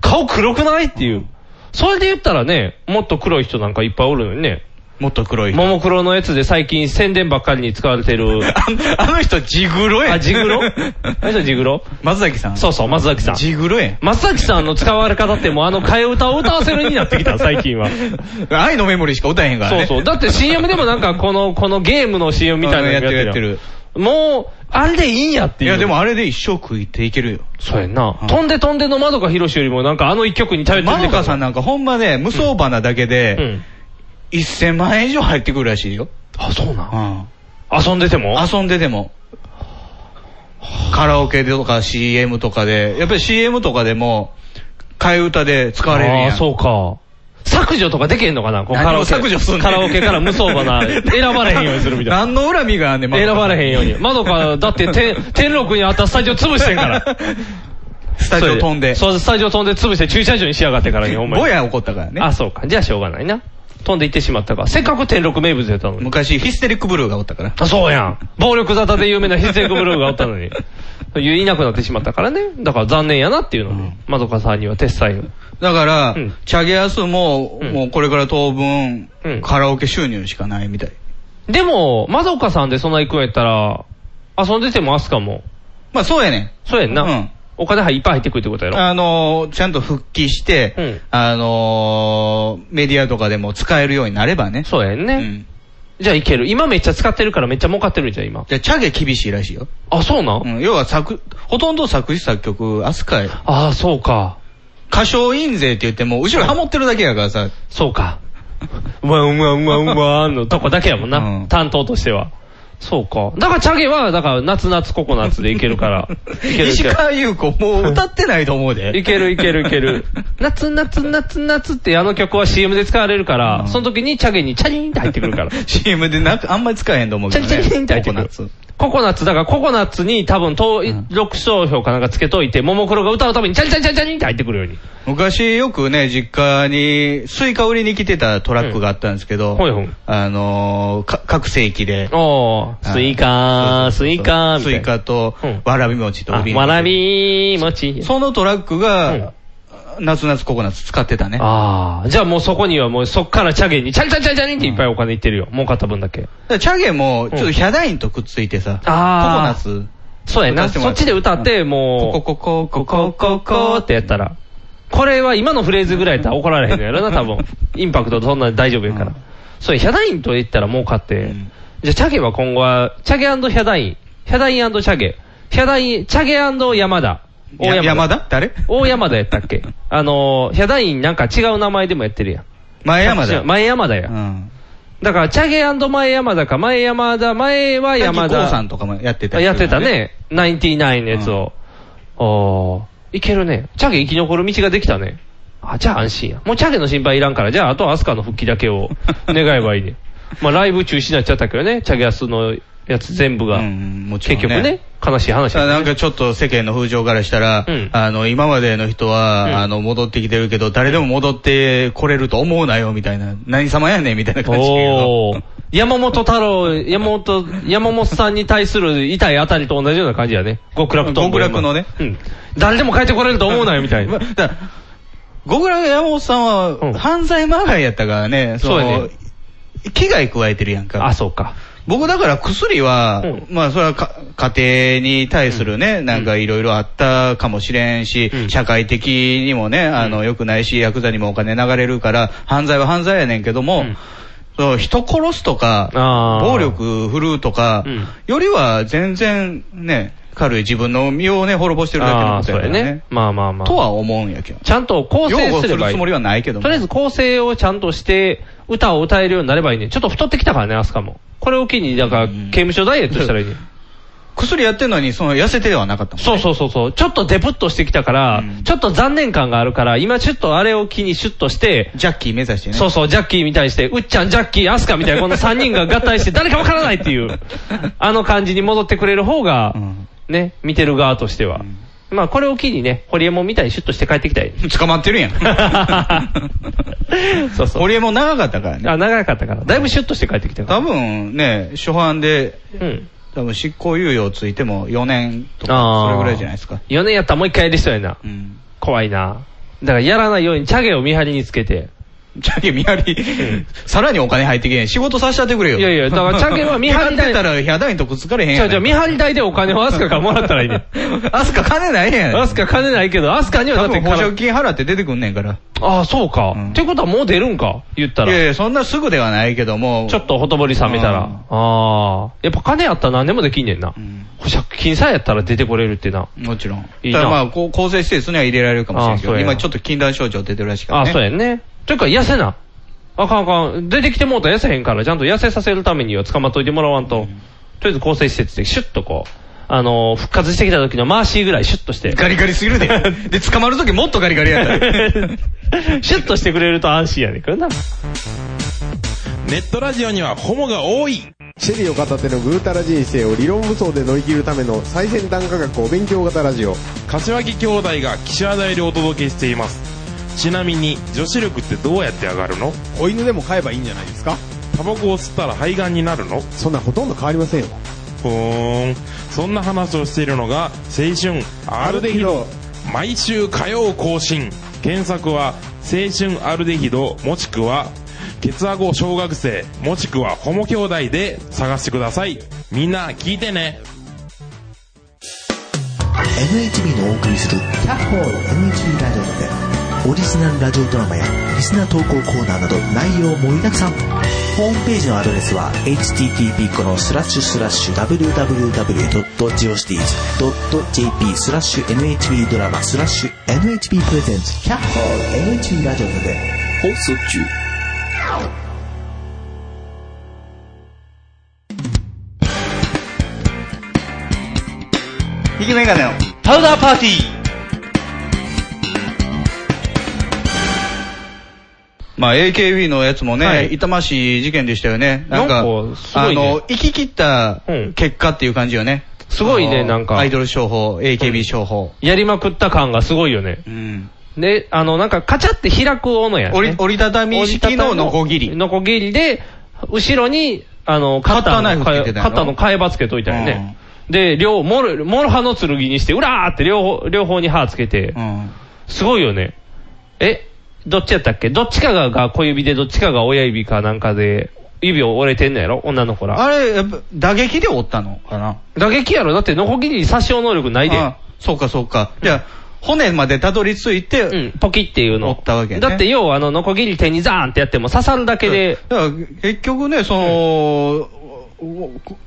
B: 顔黒くないっていう。それで言ったらね、もっと黒い人なんかいっぱいおるのにね。
C: もっと黒い人。
B: ももクロのやつで最近宣伝ばっかりに使われてる。
C: [LAUGHS] あの人、ジグロやん
B: あ、ジ
C: [LAUGHS]
B: グロあれじゃジグロ
C: 松崎さん。
B: そうそう、松崎さん。
C: ジグロやん。
B: 松崎さんの使われ方ってもうあの替え歌を歌わせるようになってきた、最
C: [LAUGHS]
B: 近は。
C: 愛のメモリーしか歌えへんから
B: そ
C: ね。
B: うそう。だって CM でもなんかこの、このゲームの CM みたいなの
C: やってるやって
B: や
C: る
B: ん。もう、あれでいいんやって
C: い
B: いう。
C: や、でもあれで一生食いていけるよ。
B: そうやんな
C: う。ん
B: 飛んで飛んでの窓かひろしよりもなんかあの一曲に頼って
C: まど
B: る
C: かさんなんかほんまね、無双花だけ
B: う
C: で、
B: ん。
C: 1000万円以上入ってくるらしいよ。
B: あ、そうな。
C: うんん。
B: 遊んでても
C: 遊んででも。カラオケでとか CM とかで、やっぱり CM とかでも、替え歌で使われるやん。
B: あーそうか。削除とかできへんのかなこうカ
C: 何
B: ラ
C: を
B: オケ。
C: 削除すんねん
B: カラオケから無
C: [LAUGHS]
B: 双花、選ばれへんようにするみたいな。
C: 何の恨みがあんねん、まど
B: 選
C: か
B: ばれへんよ
C: [LAUGHS]
B: うに。まどか、だって天、天禄にあったスタジオ潰してんから。
C: スタジオ飛んで。
B: そう、スタジオ飛んで潰して駐車場にしやがってからに、お前。
C: ぼや起こったからね。
B: あ、そうか。じゃあしょうがないな。飛んで行ってしまったか。せっかく天禄名物やったのに。
C: 昔、ヒステリックブルーがおったから。
B: あ、そうやん。暴力沙汰で有名なヒステリックブルーがおったのに。いなくなってしまったからね。だから残念やなっていうの
C: うん
B: に。まどかさんには鉄裁を。
C: だから、
B: うん
C: チャゲアスも、
B: うん
C: もうこれから当分、
B: うん
C: カラオケ収入しかないみたい。
B: でも、まどかさんでそんな行くんやったら、遊んでてもアスカも。
C: まあそうやね
B: そうやんな。
C: うん
B: お金はいっぱい入ってくるってことや
C: ん。
B: ろ。
C: あのー、ちゃんと復帰して、
B: うん
C: あのー、メディアとかでも使えるようになればね。
B: そうやんね。
C: ん。
B: じゃあいける。今めっちゃ使ってるからめっちゃ儲かってるんじゃん、今。
C: じゃあ、チャゲ厳しいらしいよ。
B: あ、そうなん、
C: うん。要は作、ほとんど作詞作曲、アスカや
B: ああ、そうか。
C: 歌唱印税って言っても、後ろハモってるだけやからさ。
B: そうか。うわんうわんうわんうわんのとこだけやもんな。
C: うん
B: 担当としては。そうか。だからチャゲは、だから夏夏ココナッツでいける
C: [LAUGHS]
B: から。いけるい
C: 石
B: ける。
C: 川優子、もう歌ってないと思うで。 [LAUGHS]
B: いけるいけるいける。夏夏夏夏ってあの曲は CM で使われるから、
C: うん
B: その時にチャゲにチャリーンって入ってくるから。
C: CM でなく、あんまり使えへんと思う
B: チ
C: け
B: ャ
C: ど
B: リ
C: ね。
B: チャリチャリって入
C: ココナ
B: ってくる
C: ッツ。。
B: ココナッツ、だからココナッツに多分、と
C: うん
B: 6商標かなんかつけといて、ももクロが歌うためにチャリチャリチャリチャリンって入ってくるように。
C: 昔よくね、実家にスイカ売りに来てたトラックがあったんですけど、
B: うんほいほい
C: あのーか各世紀で、
B: おー、スイカー、スイカー、みた
C: ス
B: いな。
C: イカと
B: うん、
C: わらび餅と売りに
B: あわらび餅。
C: そのトラック
B: うん
C: が、夏夏ココナッツ使ってたね。
B: ああ、じゃあもうそこにはもうそっからチャゲに、チャリチャリチャリチャリンっていっぱいお金いってるよ。儲かった分だけ。
C: だからチャゲも、ちょっとヒャダインとくっついてさ、ココナッ
B: あー
C: ツ、
B: そうや
C: 歌
B: な。
C: っても
B: そ
C: ら
B: っ
C: う
B: ちで歌って、
C: コ
B: もう、
C: ココココココ
B: コ
C: コ
B: コ
C: っ
B: ってて
C: や
B: や
C: っ
B: ったた
C: ら。
B: ら。これは今のフレーズぐらいやったら怒られへんのや
C: [LAUGHS]
B: ろな、多分。インパクトそんなに大丈夫やか
C: うん
B: ら。そうや、ヒャダインと言ったら儲かっ
C: う
B: て
C: ん。
B: じゃあチャゲは今後は、チャゲヒャダイン、ヒャダインチャゲ、ヒャダイン、チャゲ山田。
C: や山田誰
B: 大山田やったっけあのー、ヒャダインなんか違う名前でもやってるやん。
C: 前山田。
B: 前山田や。
C: うん。
B: だから、チャゲ前山田か、前山田、前は山
C: 山田。
B: 田。
C: さんとかもやってた
B: あやってた。ね。ナインティナインのやつを。おーいけるね。チャゲ生き残る道ができたね。あ、じゃあ安心や。もうチャゲの心配いらんから、じゃああとはアスカの復帰だ
C: [LAUGHS]
B: けを願えばいいね。まあライブ中止になっちゃったけどね、チャゲアスのやつ全部が。
C: うんもちろんね
B: 結局ね、悲しい話
C: ただなんかちょっと世間の風潮からしたら、
B: うん
C: あの、今までの人は、
B: うん
C: あの、戻ってきてるけど、誰でも戻ってこれると思うなよ、みたいな。何様やねん、みたいな感じだけど。
B: おー山本太郎、山本、山本さんに対する痛いあたりと同じような感じやね。極楽と。
C: 極楽のね
B: うん。誰でも帰ってこれると思うなよ、みた
C: [LAUGHS]
B: い
C: まあ
B: な。
C: だから極楽山本さん
B: うん
C: は犯罪まがいやったからね、
B: そうやね
C: 危害加えてるやんか。
B: あ、そうか。
C: 僕だから薬は、
B: うん
C: まあそれはか家庭に対するね、なんかいろいろあったかもしれんし、
B: うん
C: 社会的にもね、あの、良くないし、ヤクザにもお金流れるから、犯罪は犯罪やねんけども、
B: うん
C: そう人殺すと
B: あ
C: か、
B: ー
C: 暴力振るうとか、
B: うん
C: よりは全然ね、軽い自分の身をね、滅ぼしてるだけの
B: ああ、
C: こと
B: そ
C: や
B: う
C: か
B: や
C: ら
B: ね
C: ね。。
B: まあまあまあ。
C: とは思うんやけど。
B: ちゃんと構
C: 擁
B: 成
C: 護
B: す
C: す
B: れ
C: る
B: ばいい。
C: つもりはないけども
B: とりあえず構成をちゃんとして、歌を歌えるようになればいいね。ちょっと太ってきたからね、アスカも。これを機に、だから、
C: うん
B: 刑務所ダイエットしたらいいね。
C: 薬やってんのに、その痩せてではなかったもん。
B: そうそうそうそう。ちょっとデプッとしてきたから、
C: うん
B: ちょっと残念感があるから、今ちょっとあれを機にシュッとして、
C: ジャッキー目指してね。
B: そうそう、ジャッキーに対して、うっちゃん、ジャッキー、アスカみたいなこの3人が合体して、誰かわからないって
C: [LAUGHS]
B: いう、あの感じに戻ってくれる方が、
C: うん
B: ね、見てる側としては。まあ、これを機にね、ホリエモンみたいにシュッとして帰ってきたい。。
C: [LAUGHS] 捕まってるやん
B: [LAUGHS] そうそう
C: ホリエモン長かったからね。
B: あ、長かったから。だいぶシュッとして帰ってきたか
C: 多分ね、初犯で、
B: ら。うん。
C: 多分執行猶予ついても4年と
B: あ
C: か、
B: ー
C: それぐらいじゃないですか。
B: 4年やったらもう一回やりそうやな
C: う。ん。
B: 怖いな。だからやらないようにチャゲを見張りにつけて。
C: チャゲ見張り、さらにお金入ってけへん。仕事させちゃってくれよ。
B: いやいやだからチャゲは見張りだ
C: だ [LAUGHS]
B: よ
C: ってたら、ヒャダインとくっつかれへん
B: じゃ
C: や
B: あ
C: ん。
B: じゃあ見張り代でお金をアスカからもらったらいいね。
C: アスカ金ないやん。
B: アスカ金ないけど、アスカにはだ
C: 多
B: って
C: 分
B: か
C: 保
B: ら
C: 証金払って出てくんねんから。
B: ああ、そうか。
C: うん
B: ってことはもう出るんか言った
C: いやい
B: ら。
C: や、そんなすぐではないけども。
B: ちょっとほとぼり冷めた
C: う
B: ら。
C: ん
B: ああ。やっぱ金あったら何でもできんねんな
C: うん。
B: 保釈金さえやったら出てこれるってな。
C: もちろん。
B: いいな
C: ただまあ、こう構成施設には入れられるかもしれんけ
B: あーそう
C: ど、
B: やな
C: 今ちょっと禁断症状出てるらしいか
B: あ
C: ら
B: あ、
C: ね。
B: そうやんね。というか、痩せな。あかんあかん。出てきてもうたら痩せへんから、ちゃんと痩せさせるためには捕まっといてもらわんと。とりあえず構成施設でシュッとこう、あのー、復活してきた時のマーシーぐらいシュッと [LAUGHS] して。
C: [LAUGHS] ガリガリすぎるで。で、捕まるときもっとガリガリやった
B: [LAUGHS]
C: で。
B: シュッとしてくれると安心やねんからな。
A: ネットラジオにはホモが多い
D: シェリーを片手のぐうたら人生を理論武装で乗り切るための最先端科学お勉強型ラジオ
E: 柏木兄弟が岸和田よりお届けしていますちなみに女子力ってどうやって上がるの
D: 子犬でも飼えばいいんじゃないですか
E: タバコを吸ったら肺がんになるの
D: そんなほとんど変わりませんよ
E: ふーんそんな話をしているのが青春アルデヒド毎週火曜更新検索は青春アルデヒドもしくはケツアゴ小学生もしくはホモ兄弟で探してくださいみんな聞いてね
F: NHB のお送りする「キャッホール NHB ラジオ」でオリジナルラジオドラマやリスナー投稿コーナーなど内容盛りだくさんホームページのアドレスは http このスラッシュスラッシュ www.geocities.jp スラッシュ NHB ドラマスラッシュ NHB プレゼンツキャッホール NHB ラジオで
C: ひげメガネの。
B: パウダーパーティー
C: まあ、AKB のやつもね、
B: はい
C: 痛ましい事件でしたよね。なんか、
B: なんかすご
C: あ
B: いね
C: の、行き切った結果っていう感じよね。
B: すごいね
C: あの
B: なんか
C: アイドル商法、AKB 商法。
B: やりまくった感がすごいよね。
C: うん。
B: で、あの、なんかカチャって開く斧やね。
C: 折り折りたたみ式のノコギリ。
B: ノコギリで、後ろに、あの、カッター
C: カッターナイ
B: の
C: フつけてたやろ
B: カッターの替え刃つけといたよね。で、両、モル、モルハの剣にして、うらーって両方、両方に刃つけて
C: う、ん。
B: すごいよね。え、どっちやったっけどっちかがが小指で、どっちかが親指かなんかで、指を折れてんのやろ女の子ら。
C: あれ、やっぱ、打撃で折ったのかな
B: 打撃やろだって、ノコギリに殺傷能力ないで。
C: あそうか、そうか。じゃあ、骨までたどり着いて、
B: うん、ポキっていうの。
C: 折ったわけね
B: だって、要はあの、ノコギリ手にザーンってやっても刺さるだけで、
C: だから結局ね、その、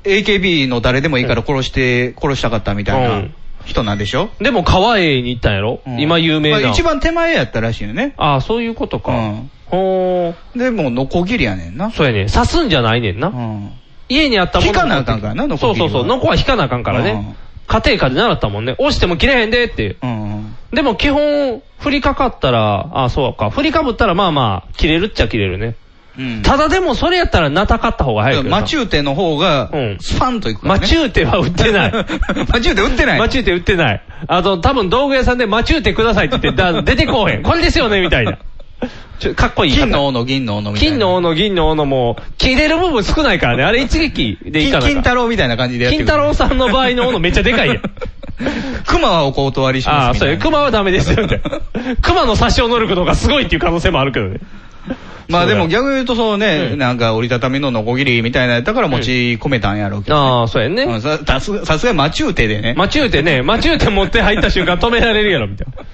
C: AKB の誰でもいいから殺して、殺したかったみたいうなん人なんでしょ、
B: でも川へに行ったんやろ、
C: うん
B: 今有名な。
C: まあ一番手前やったらしいよね。
B: ああ、そういうことか。
C: うん
B: ほー。
C: で、もうノコギリやねんな。
B: そうやね。刺すんじゃないねんな。
C: うん。
B: 家にあったものを
C: 引かなあかんからなノコ
B: そう
C: ギリ
B: そう
C: は
B: そう。ノコは引かなあかんからね。家庭科で習ったもんね。押しても切れへんでって。
C: うん。
B: でも基本、振りかかったら、ああ、そうか。振りかぶったらまあまあ、切れるっちゃ切れるね。
C: うん。
B: ただでもそれやったらなたかった方が早いけどな。
C: マチューテの方が
B: うん、
C: スパンといくから、
B: マ
C: ね。
B: チューテは売ってない。
C: [LAUGHS] マチューテ売ってない。
B: マチューテ売ってない。あと、多分道具屋さんでマチューテくださいって言って、だ出てこうへん。これですよねみたいな。ちょかっこいい。
C: 金の斧、銀の斧みたいな。
B: 金の斧、銀の斧も、切れる部分少ないからね。あれ一撃でいい
C: 金
B: かな。
C: 金太郎みたいな感じでやって
B: 金太郎さんの場合の斧めっちゃでかいやん。
C: 熊はお断りし
B: あ
C: ま
B: [LAUGHS] あ、
C: すみ
B: そ
C: た
B: う
C: い
B: や。
C: な。
B: 熊はダメですよ、みたい [LAUGHS] な。熊の殺傷能力の方がすごいっていう可能性もあるけどね。
C: まあで
B: そ
C: も
B: う
C: 逆に言うとそうね、
B: うん
C: なんか折りたたみのノコギリみたいなやったから持ち込めたんやろうけど。
B: ああ、そうやん
C: う
B: ね
C: ん。ささすが、さすがマチューテでね。
B: 待ち受けてね、待ち受けて持って入った瞬間止められるやろ、みたいな。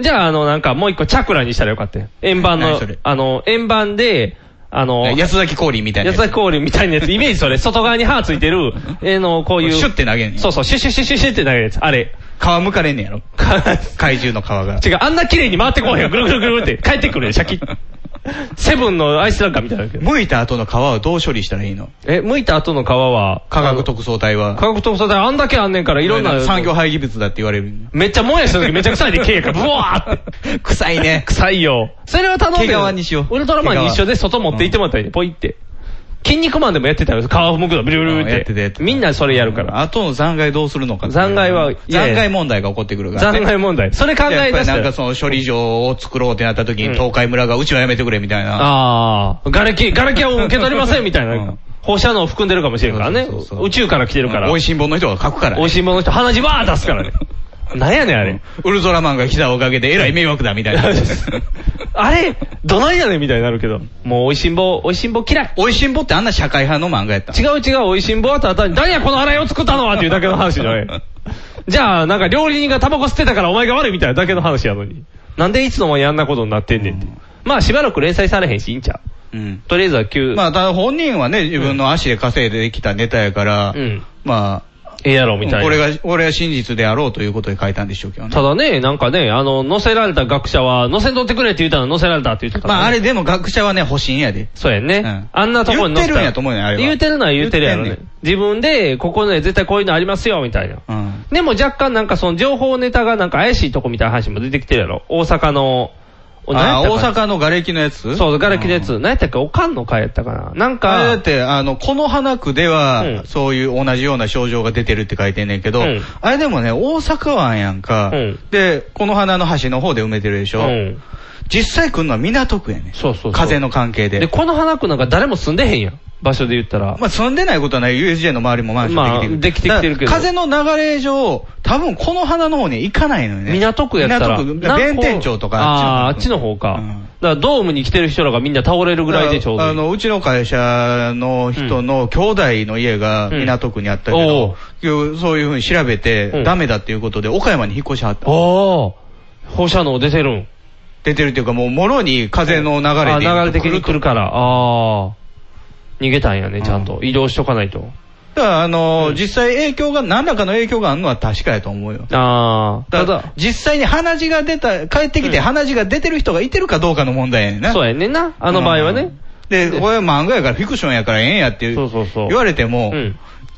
B: [LAUGHS] じゃあ、あの、なんかもう一個チャクラにしたらよかったよ。円盤
C: 何
B: の
C: それ、
B: あの、円盤で、あの、
C: 安崎氷みたいな
B: 安
C: やつ。
B: 崎氷みたいなやつ、イメージそれ、外側に歯ついてる、えの、こういう。
C: シュッて投げんねん
B: そうそう、シュッシュッシュッシュッシュッって投げるやつ。あ [LAUGHS] れ。
C: 皮むかれんねやろ。怪獣の皮が。
B: 違う、あんな綺麗に回ってこうへん。ぐるぐるぐるって。帰ってくるよ、シャキッ。セブンのアイスランカーみたいなやつやけど。
C: 剥いた後の皮をどう処理したらいいの
B: え、剥いた後の皮は、
C: 科学特捜隊は。
B: 科学特捜隊あんだけあんねんから、いろんな。
C: 産業廃棄物だって言われる。
B: めっちゃもやした時めっちゃ臭いで、毛がブワーって。
C: 臭いね。
B: 臭いよ。それは頼んでる。
C: 毛皮にしよう
B: ウルトラマンに一緒
C: 毛
B: で
C: 皮
B: 外持って行ってもらったらいいね。ポイって。筋肉マンでもやってたよ。皮を剥くの、ブルブルブルって。
C: やっててやってて
B: みんなそれやるから。
C: あとの残骸どうするのかっていう
B: 残骸はいやいや
C: 残骸問題が起こってくるからね。
B: 残骸問題。それ考
C: や
B: え
C: っぱ
B: 出
C: り
B: した
C: なん
B: ら
C: か。その処理場を作ろうってなった時
B: うん
C: に東海村がうちはやめてくれみたいな。
B: ああ。瓦礫、瓦礫は受け取りませんみたい
C: う。
B: なん放射能を含んでるかもしれんからね
C: そうそうそ。う
B: 宇宙から来てるから。
C: 美味しん坊の人が書くから
B: 美味
C: ね。
B: しいものの人、鼻血わー出すか
C: [LAUGHS]
B: らね。なんやねん、あれ。
C: ウルトラマンが来たおかげでえらい迷惑だみたい [LAUGHS] な。
B: あれ、どないやねんみたいになるけど。もう、美味しんぼ、美味しんぼ嫌い。
C: 美味しん坊ってあんな社会派の漫画やった。
B: 違う違う、美味しんぼはただ単に、何やこの洗いを作ったのはっていうだけの話じゃない。じゃあ、なんか料理人がタバコ吸ってたからお前が悪いみたいなだけの話やのに。なんでいつの間にあんなことになってんねんって。まあ、しばらく連載されへんし、いいんちゃう。
C: うん。
B: とりあえずは急、
C: まあ、ただ本人はね、自分の足で稼いできたネタやから、
B: うん
C: まあ、
B: ええやろ、みたいな。
C: これが、俺は真実であろうということで書いたんでしょうけどね
B: た。だね、なんかね、あの、乗せられた学者は、乗せとってくれって言ったら乗せられたって言ってたからね、
C: まあ、あれでも学者はね、保身やで。
B: そうやね、
C: うん
B: あんなとこに乗
C: 言っ
B: せたら
C: てるんやと思うねんあれは
B: 言うてるのは言うてるやろね。
C: 言ってんね
B: 自分で、ここね、絶対こういうのありますよ、みたいな。
C: うん。
B: でも若干なんかその情報ネタがなんか怪しいとこみたいな話も出てきてるやろ。大阪の、お
C: あ
B: 何や
C: 大
B: った
C: 阪
B: かな
C: の瓦礫のやつ
B: そう、ガレキのやつ。何やったっけおかんの会やったかななん
C: あれだ
B: か
C: っ、て、あの、この花区で
B: うん
C: は、そういう同じような症状が出てるって書いてんねんけど、
B: うん
C: あれでもね、大阪湾やんか、
B: うん
C: で、この花の橋の方で埋めてるでし
B: う
C: ょ、
B: ん。
C: 実際来るのは港区やねん。
B: そうそうそう
C: 風の関係で。
B: で、この花区なんか誰も住んでへんやん。場所で言ったら。
C: まあ、住んでないことはない。USJ の周りもマンションできてる。
B: まあできてきてるけど
C: だから風の流れ上、多分この花の方に行かないのよね。
B: 港区やったら。
C: 港区、弁天町とか。
B: ああー、あっちの方か。
C: うん
B: だからドームに来てる人らがみんな倒れるぐらいでちょうどいい。
C: あの、うちの会社の人の兄弟の家が港区にあったけど、そういうふうに調べ
B: うん
C: て、ダメだっていうことで、岡山に引っ越しはった。
B: おー、放射能出てるん。
C: 出てるっていうか、もう、もろに風の流
B: あ
C: れで。
B: 流れ的に来るから。あー。逃げたんやね、ちゃんと。移動しとかないと。
C: だから、あの、実際影響が、何らかの影響があるのは確かやと思うよ。
B: あー。
C: た
B: た
C: だ
B: だ、、
C: 実際に鼻血が出た、帰ってきて鼻血が出てる人がいてるかどうかの問題やねんな。
B: そうやねんな。あの場合はね。
C: で、これは漫画やからフィクションやからええんやって
B: そうそうそう
C: 言われても、
B: うん。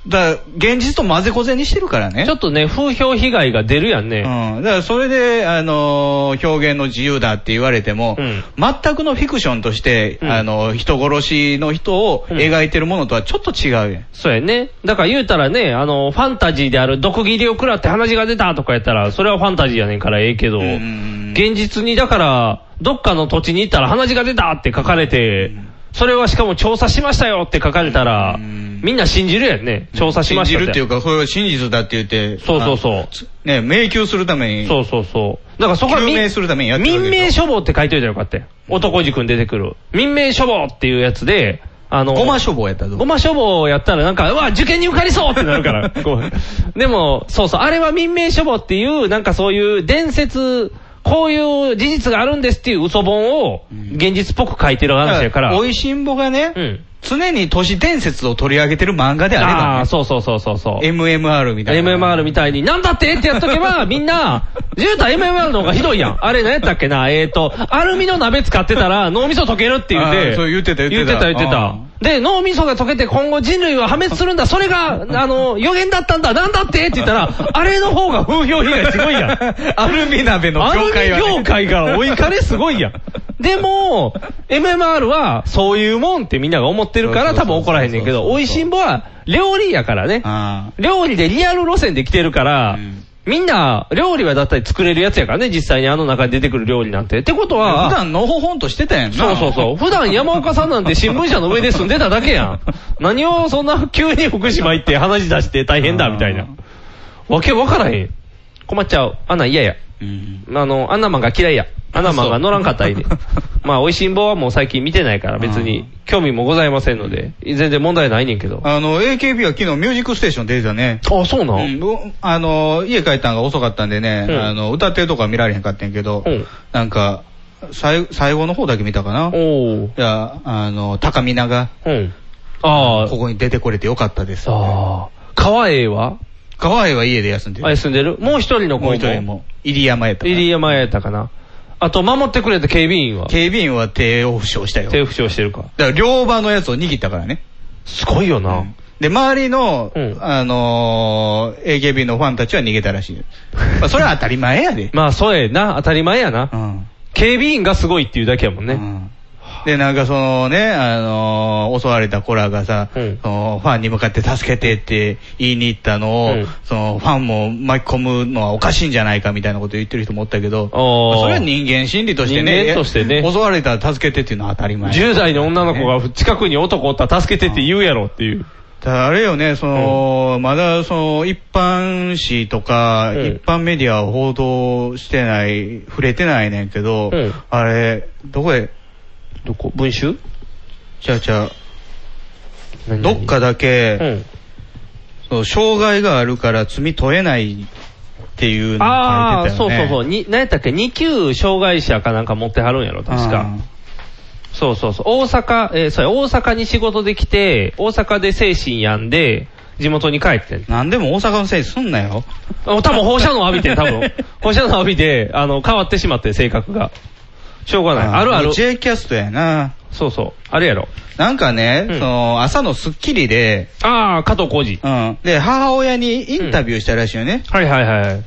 C: だから現実と混ぜこぜにしてるからね。
B: ちょっとね、風評被害が出るやんね。
C: うん。だからそれで、あのー表現の自由だって言われても、
B: うん
C: 全くのフィクションとして、
B: うん
C: あのー人殺しの人を描いてるものとはちょっと違うやん。
B: そうやね。だから言うたらね、あの、ファンタジーである毒斬りを食らって鼻血が出たとかやったら、それはファンタジーやねんからええけど、
C: ん
B: 現実にだから、どっかの土地に行ったら鼻血が出たって書かれて、それはしかも調査しましたよって書かれたら、
C: うん
B: みんな信じるやんね。調査しました
C: 信じるっていう
B: か。
C: か、それは真実だって言って、
B: そうそうそう
C: う。ね、迷宮するために、
B: そうそうそう。だからそこはみ
C: 究明するためにやってるわけ
B: 民
C: でしょ
B: 命処方って書いといたらよかったよ。男塾に出てくる。民命処方っていうやつで、あの、
C: ごま処方やったぞ
B: ご。ま処方やったらなんか、うわ、受験に受かりそうってなるから。
C: [LAUGHS]
B: こうでも、そうそう、あれは民命処方っていう、なんかそういう伝説、こういう事実があるんですっていう嘘本を現実っぽく書いてる話やから。
C: おいしんぼがね、
B: うん。
C: 常に都市伝説を取り上げてる漫画であればね、
B: ああー、そうそうそうそうそう。
C: MMR みたいな。
B: MMR みたいに、なんだってってやっと
C: [LAUGHS]
B: けば、みんな、絨毯 MMR の方がひどいやん。あれ何やったっけな、えーと、アルミの鍋使ってたら脳みそ溶けるって言う
C: あ
B: て。
C: ーそう言ってた言ってた
B: 言ってた
C: あ
B: 言ってた。で、脳みそが溶けて今後人類は破滅するんだ、それが、あの、予言だったんだ、なんだってって言ったら、あれの方が風評被害すごいやん。
C: [LAUGHS] アルミ鍋の
B: アル
C: 業界は、ね。
B: ミ業界が追いかれすごいやん。でも、MMR はそういうもんってみんなが思ってるから多分怒らへんねんけど、美味しんぼは料理やからね。
C: あ
B: 料理でリアル路線で来てるから、
C: ん
B: みんな、料理はだったり作れるやつやからね、実際にあの中に出てくる料理なんて。ってことは、
C: 普段のほほんとしてたやんな。
B: そうそうそう。普段山岡さんなんて新聞社の上で住んでただけやん。何をそんな急に福島行って話し出して大変だみたいな。わけわからへん。困っちゃう。あんなん嫌や。
C: うん。
B: あの、アンナマンが嫌いや。アンナマンが乗らんかったらいいで
C: そう。
B: まあ、美味しん坊はもう最近見てないから別
C: う
B: に
C: ん
B: 興味もございませんので、全然問題ないねんけど。あ、
C: あの、AKB は昨日ミュージックステーション出てたね。
B: そうな。
C: うんん、ぼあの、家帰ったんが遅かったんでね、
B: うん
C: あの、歌ってるとこは見られへんかったんやけど、
B: うん
C: なんか、最最後の方だけ見たかな。い
B: おー。
C: や、あの、高見菜が、
B: うん。あ
C: ここに出てこれてよかったです。
B: あ。ああ。川栄は
C: 川栄は家で休んで
B: あ
C: る。
B: れ住んでるもう一人の子
C: もう一人。も、入山やったから。
B: 入山やったかな。あと、守ってくれた警備員は
C: 警備員は手を負傷したよ。
B: 手負傷してるか。
C: だから両場のやつを握ったからね。
B: すごいよな。
C: で、周りの、
B: うん
C: あのー AKB のファンたちは逃げたら
B: [LAUGHS]
C: しい。まあ、それは当たり前やで。
B: まあ、そうやな。当たり前やな。
C: うん。
B: 警備員がすごいっていうだけやもん
C: う
B: ね。
C: んで、なんかそのね、あのー襲われた子らがさ、
B: うん
C: そのファンに向かって助けてって言いに行ったのを、
B: うん
C: そのファンも巻き込むのはおかしいんじゃないかみたいなこと言ってる人もおったけど、ま
B: おー
C: あそれは人間心理としてね、
B: 人間としてね
C: 襲われたら助けてっていうのは当たり前。
B: 10代の女の子が近くに男おったら助けてって言うやろっていう。
C: ただあれよね、その、まだその、一般紙とか、
B: うん
C: 一般メディアは報道してない、触れてないねんけど、
B: うん
C: あれ、どこで、
B: どこ文集
C: ちゃうちゃう、どっかだ
B: う
C: け、
B: ん。
C: その障害があるから罪問えないっていうの
B: あ
C: を書
B: あ、
C: いてた
B: そ
C: よ
B: う
C: ね。
B: そうそう。に、何やったっけ ?2 級障害者かなんか持ってはるんやろ、確か。そうそうそう。大阪、えーそうや、大阪に仕事で来て、大阪で精神病んで、地元に帰ってん
C: うん。なんでも大阪のせいにすんなよ。
B: あ多分放射能浴
C: [LAUGHS]
B: びてん、多分。放射能浴びて、あの、変わってしまって、性格が。しょうがない。あるある。
C: J キャストやな。
B: そうそう。あれやろ。
C: なんかね、
B: うん
C: その、朝のスッキリで、
B: ああ、加藤浩二。
C: うん。で、母親にインタビューしたらしいよね。
B: はいはいはい。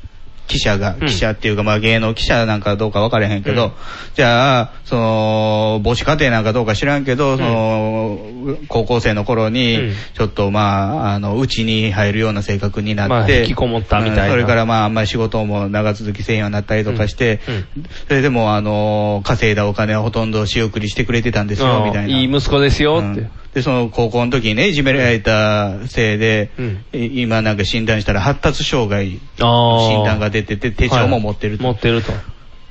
C: 記者が、
B: うん
C: 記者っていうか、まあ芸能記者なんかどうか分からへんけど、
B: うん
C: じゃあ、その、母子家庭なんかどうか知らんけど、その、高校生の頃に、
B: うん
C: ちょっとまあ、あの、うちに入るような性格になって、
B: まあ引きこもったみたいな
C: うんそれからまあ、あんまり仕事も長続きせんようになったりとかして、
B: うんうん
C: それでもあの、稼いだお金はほとんど仕送りしてくれてたんですよ、みたいな。
B: いい息子ですよ
C: う
B: って
C: ん。で、その高校の時にね、いじめられたせいで、
B: うん
C: い今なんか診断したら発達障害
B: あー
C: 診断が出てて、手帳も持ってると。
B: 持ってると。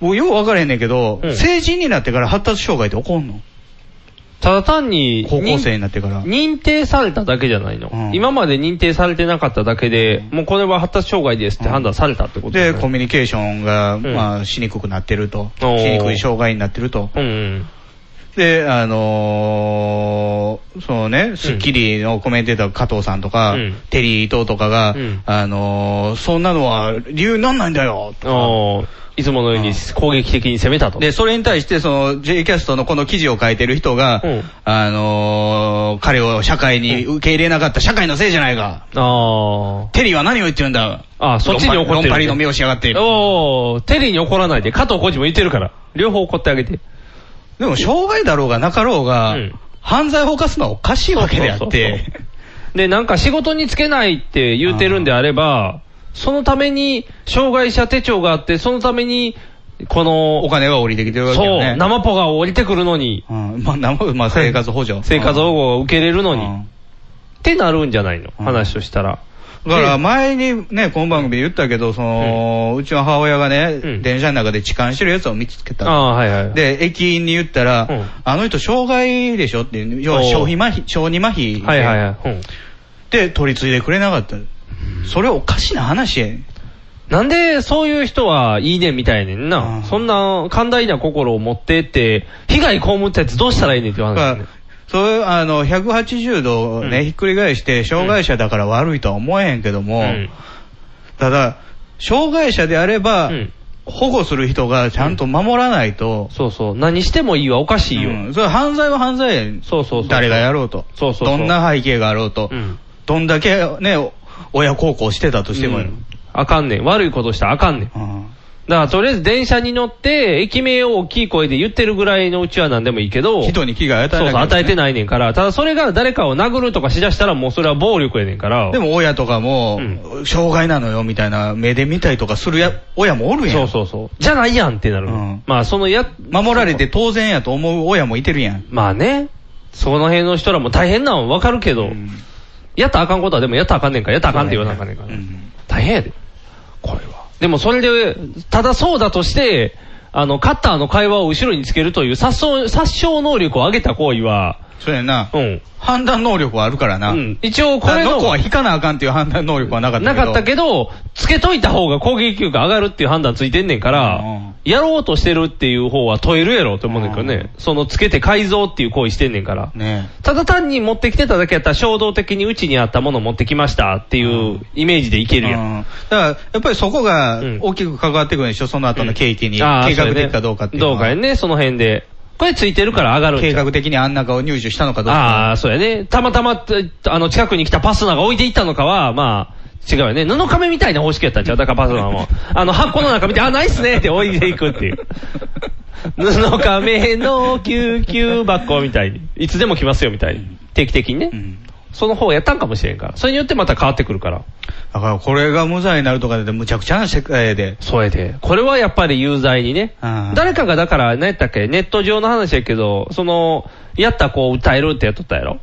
C: 僕よう分からへんねんけど、
B: うん
C: 成人になってから発達障害って起こんの
B: ただ単に、
C: 高校生になってから。
B: 認定されただけじゃないの、
C: うん
B: 今まで認定されてなかっただけで、もうこれは発達障害ですって判断されたってことだ
C: で、
B: よね
C: コミュニケーションが、
B: ん
C: まあ、しにくくなってると。し
B: おー
C: にくい障害になってると。
B: うんうん。
C: で、あのー、そのね、スッキリのコメンテーター加藤さんとか、
B: うん
C: テリー伊藤とかが、
B: うん
C: あのー、そんなのは理由になんないんだよとか
B: おーいつものように攻撃的に攻めたと。
C: で、それに対して、その、J キャストのこの記事を書いてる人が、
B: うん
C: あのー、彼を社会に受け入れなかった社会のせいじゃないか。
B: あ
C: テリーは何を言ってるんだ。
B: あ。ああ、そっちに怒ってる、
C: ロンパリの目をしやがって。
B: おー、テリーに怒らないで、加藤浩次も言ってるから。両方怒ってあげて。
C: でも、障害だろうがなかろうが、
B: うん
C: 犯罪を犯すのはおかしいわけであっ
B: そう
C: て
B: そう、で、なんか仕事につけないって言うてるんであれば、そのために障害者手帳があって、そのために、この、
C: お金が降りてきてるわけよ
B: そ
C: ね
B: う、。生ポが降りてくるのに、
C: うん、まあ、生まあ、生活補助。
B: [LAUGHS] 生活保護を受けれるのに、
C: うん
B: っ。てなるんじゃないの、
C: うん
B: 話としたら。
C: だから前にね、この番組で言ったけど、その、うちの母親がね、
B: うん
C: 電車の中で痴漢してるやつを見つけた
B: ああ、はいはい。、
C: で、駅員に言ったら、
B: うん
C: あの人障害でしょっていう、要は消費麻痺、小児麻痺で,、
B: はいはいはい。うん
C: 取り継いでくれなかった。それおかしな話やねん
B: なんで、そういう人はいいねんみたいねん
C: う
B: な。
C: ん
B: そんな、寛大な心を持ってって、被害被ったやつどうしたらいいねんって話
C: だ
B: だ
C: か
B: よ
C: ら
B: ね。
C: そういう、あの、180度ね、
B: うん
C: ひっくり返して、障害者だから悪いとは思えへんけども、
B: うん
C: ただ、障害者であれば、
B: うん
C: 保護する人がちゃんと守らないと、
B: そうそう。何してもいいはおかしいよ。
C: うんそれは犯罪は犯罪やねん
B: そうそうそう
C: 誰がやろうと。
B: そうそうそう
C: どんな背景があろうと。
B: うん
C: どんだけね、お親孝行してたとしてもや
B: うんあかんねん。悪いことしたらあかんねん。
C: うん
B: だから、とりあえず電車に乗って、駅名を大きい声で言ってるぐらいのうちは何でもいいけど、
C: 人に危害与え
B: そう
C: ない
B: そう、与えて
C: い。
B: ないねんから、ただそれが誰かを殴るとかしだしたらもうそれは暴力やねんから。
C: でも親とかも、障害なのよみたいな目で見たりとかするや親もおるやん。
B: そうそうそう。じゃないやんってなる。
C: うん
B: まあそのや、
C: 守られて当然やと思う親もいてるやん。
B: まあね、その辺の人らも大変なのわかるけど、やったらあかんことはでもやったらあかんねんから、やったらあかんって言わなあかんねんから。
C: うん
B: 大変やで。これは。でもそれで、ただそうだとして、あの、カッターの会話を後ろにつけるという殺傷、殺傷能力を上げた行為は、
C: そうやな。
B: うん。
C: 判断能力はあるからな。
B: うん。一応こ
C: あ
B: れ
C: の
B: の
C: 子、は引かなあかんっていう判断能力はなかった
B: な
C: けど。
B: かったけど、つけといた方が攻撃力が上がるっていう判断ついてんねんから、
C: うん
B: やろうとしてるっていう方は問えるやろって思うねんだけどね。そのつけて改造っていう行為してんねんから。
C: ね
B: ただ単に持ってきてただけやったら衝動的にうちにあったもの持ってきましたっていうイメージでいけ
C: え。
B: るやん。
C: うんだから、やっぱりそこが
B: うん
C: 大きく関わってくるでしょ、その後の景気に。
B: あー
C: 計画
B: それ
C: 的
B: ね
C: かどうかっていうの
B: ど
C: は
B: うかやね、その辺で。これついてるから上がるんちゃ
C: 計
B: う
C: 画的にあんな顔入手したのかどうか。
B: ああ、そうやね。たまたま、えあの、近くに来たパスナが置いていったのかは、まあ、違うよね。布亀みたいな方式やったんちゃうだからパスナ
C: [LAUGHS]
B: も。あの、箱の中見て、あ、ないっすねって置いていくっていう。布亀の救急箱みたいに。いつでも来ますよみたいに。定期的にね。
C: ん
B: その方やったんかもしれんから。それによってまた変わってくるから。
C: だからこれが無罪になるとかでむちゃくちゃな世界で。
B: そうやで。これはやっぱり有罪にね
C: うん。
B: 誰かがだから、何やったっけ、ネット上の話やけど、その、やった子を訴えるってやっとったやろ。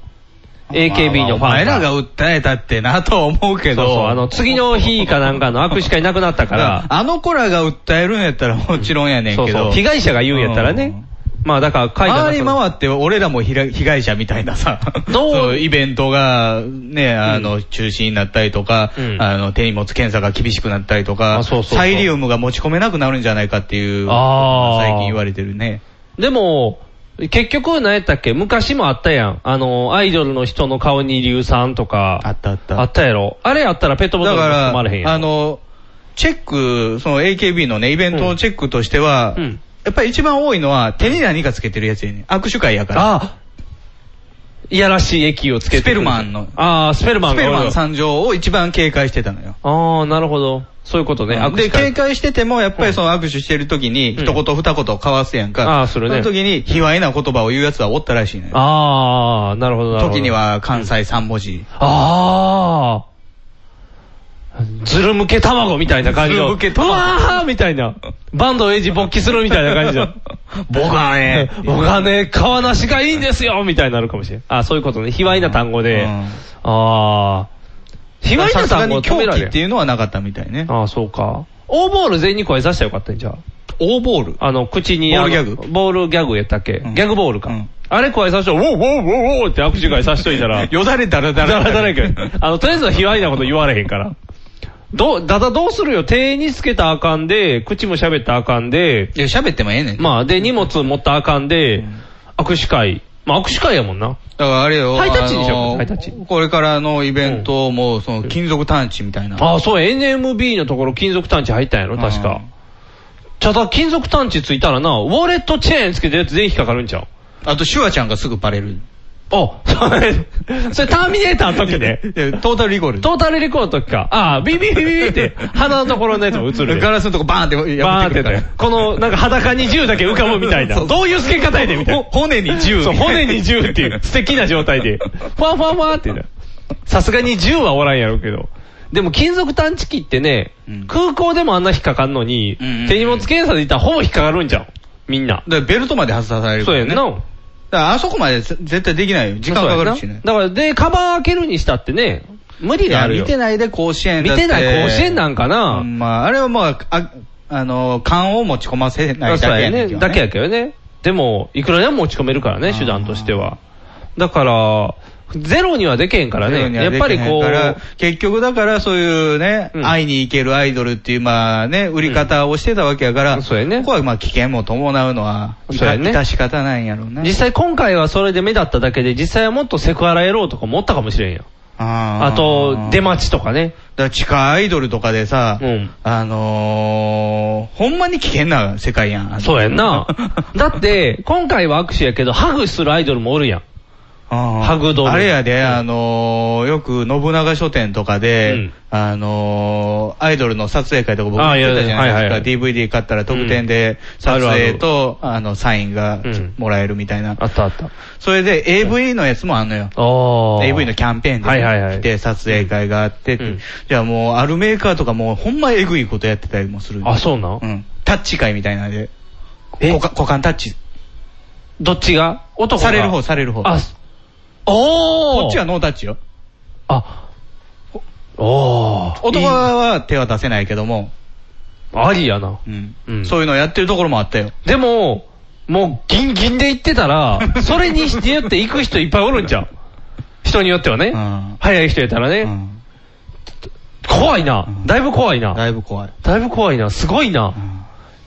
B: AKB のファン
C: ま
B: が。
C: あまあお前らが訴えたってなとは思うけど。
B: そうそう、あの、次の日かなんかの握手会なくなったか
C: だから
B: ら、
C: [LAUGHS] あの子らが訴えるんやったらもちろんやねん
B: そう
C: けど。
B: そう、被害者が言うんやったらね。まあだから、海外
C: 回り
B: っ
C: 回って俺らもひら被害者みたいなさ、
B: どう
C: そうイベントがね、あの、中止になったりとか、
B: うん
C: あの、手荷物検査が厳しくなったりとか、
B: あそうそうそう
C: サイリウムが持ち込めなくなるんじゃないかっていう、
B: あー
C: 最近言われてるね。
B: でも、結局、何やったっけ昔もあったやん。あの、アイドルの人の顔に硫酸とか。
C: あったあった
B: あったやろ。あれやったらペットボ
C: だ
B: トルに
C: か
B: 含まれへん
C: ら、
B: や
C: あ
B: ん。
C: の、チェック、その AKB のね、イベントのチェックとしては、
B: うん
C: やっぱり一番多いのは手に何かつけてるやつやねん握手会やから。
B: あいやらしい液をつけてくる
C: スペルマンの
B: ああ、スペルマン
C: ス
B: が
C: ペ
B: おる
C: ルマン参上を一番警戒してたのよ。
B: ああ、なるほど。そういうことね。握手
C: で、
B: 会
C: 警戒してても、やっぱりその握手してる時に、
B: うん
C: 一言二言交わすやんか。
B: あーするね
C: その時に、卑猥な言葉を言うやつはおったらしいのよ。
B: ああ、なるほど、なるほど。
C: 時には関西三文字。
B: ああ。ズル向け卵みたいな感じの。
C: ズル向け卵
B: うわーみたいな。バンドエイジ勃起するみたいな感じの。
C: ボガ [LAUGHS]
B: [LAUGHS]
C: ね
B: 僕はね、川なしがいいんですよみたいになるかもしれん。あそういうことね。卑猥な単語で。
C: うん
B: ああ。卑猥
C: さ
B: な
C: すが
B: 単語
C: に
B: を止め
C: 狂
B: ら
C: 気
B: れ
C: って
B: る。
C: いうのはなかったみたいね。
B: ああ、そうか。オーボール全員に声出したらよかったんじゃあ。
C: オーボール。
B: あの、口に。
C: ボールギャグ
B: あのボールギャグやったっけ、
C: ん
B: ギャグボールか。
C: うん
B: あれ声さして、ウォーウォーウォーウォーって握手会さしといたら。
C: [LAUGHS] よだれだらだ
B: だ
C: ら。
B: らだらやけど。 [LAUGHS] あの、とりあえずは卑猥なこと言われへんから。どう、だだどうするよ。手につけたらあかんで、口も喋ったらあかんで、
C: いや、喋ってもええねん。だか
B: まあ、で、荷物持ったらあかんで、握手会。まあ、握手会やもんな。
C: らあれよ。
B: ハイタッチにしよう
C: あの
B: ハイタッチ
C: これからのイベントも、その、金属探知みたいな。
B: ああ、そうや、NMB のところ金属探知入ったんやろ、確か。ただ、金属探知ついたらな、ウォレットチェーンつけてるやつ全員引っかかるんちゃう
C: あと、シュワちゃんがすぐバレる。
B: あ、 [LAUGHS] それ、それターミネーターの時ね。
C: いやトータルリコール。
B: トータルリコーの時か。ああ、ビビビビビって、鼻のところのやつも映るやん。
C: ガラスのとこバーンって
B: バー
C: や
B: ン
C: っ
B: ってて
C: くるから
B: やったよこの、なんか裸に銃だけ浮かぶみたい
C: そう
B: な。どういう透け方やねんみたいな。
C: ほ骨に銃
B: そう、骨に銃って
C: [LAUGHS]
B: いう、素敵な状態で。ふわふわふわってな。さすがに銃はおらんやろうけど。でも金属探知機ってね、
C: うん
B: 空港でもあんな引っかかんのに、
C: うんうんうん
B: 手荷物検査でいったらほぼ引っかかるんじゃん。みんな。
C: だからベルトまで外されるか
B: そう
C: ら
B: やん
C: ね。
B: な。
C: だからあそこまでぜ絶対できないよ。時間かかるしね。
B: そうやんなだから、で、カバー開けるにしたってね、無理
C: い
B: があ
C: や
B: るよ。
C: 見てないで甲子園
B: 見
C: だって
B: てない甲子園なんかな。
C: うんまあ、あれはまあ、あ、あの、勘を持ち込ませないだ
B: そう
C: け
B: や
C: やねんけ
B: ね。
C: どね。
B: だけやけどね。でも、いくらでも持ち込めるからね、手段としては。だから、ゼロにはでけへんから
C: そういうのに
B: ね。
C: は
B: やっ
C: でき
B: ぱ
C: へ
B: り
C: ん
B: こ
C: から
B: う、
C: 結局だからそういうね、
B: うん
C: 会いに行けるアイドルっていう、まあね、売り方をしてたわけやから、
B: うんそうやね
C: ここはまあ危険も伴うのは、い
B: そう
C: た
B: やね
C: 致し方ないんやろうな。
B: 実際今回はそれで目立っただけで、実際はもっとセクハラ野郎とかもおったかもしれんよ。
C: あ
B: あと、出
C: だか
B: 待ちとかね。
C: ら地下アイドルとかでさ、
B: うん
C: あのー、ほんまに危険な世界やん。あの。
B: そうやんな
C: [LAUGHS]
B: だって、今回は握手やけど、ハグするアイドルもおるやん。
C: ハ
B: ハグドル
C: あれやで、
B: うん
C: あのーよく信長書店とかで、
B: うん
C: あのーアイドルの撮影会とか僕
B: あ
C: 行っ
B: ー
C: てたじゃないですか、
B: いやいやはいはい
C: DVD 買ったら特典で
B: うん
C: 撮影と、あの、サインが
B: うん
C: もらえるみたいな。
B: あったあった。
C: それで AV のやつもあんのよ。
B: ああ。
C: AV のキャンペーンで、
B: はいはいはい
C: 来て撮影会があって、
B: うんうん
C: じゃあもうあるメーカーとかもうほんまエグいことやってたりもする。
B: あ、そうなん、
C: うん。タッチ会みたいなんで、
B: え
C: 股間股間タッチ。
B: どっちが男が
C: される方、される方。
B: あ、おお
C: こっちはノータッチよ。
B: あ、おお
C: 男側は手は出せないけども、
B: ありやな。
C: うん
B: うん
C: そういうのをやってるところもあったよ。
B: でも、もうギンギンで行って
C: [LAUGHS]
B: たら、それにしてよって行く人いっぱいおるんじゃん。人によってはね。
C: うん
B: 早い人やったらね。
C: うん
B: 怖いな。だいぶ怖いな。
C: だいぶ怖い。
B: だいぶ怖いな。すごいな。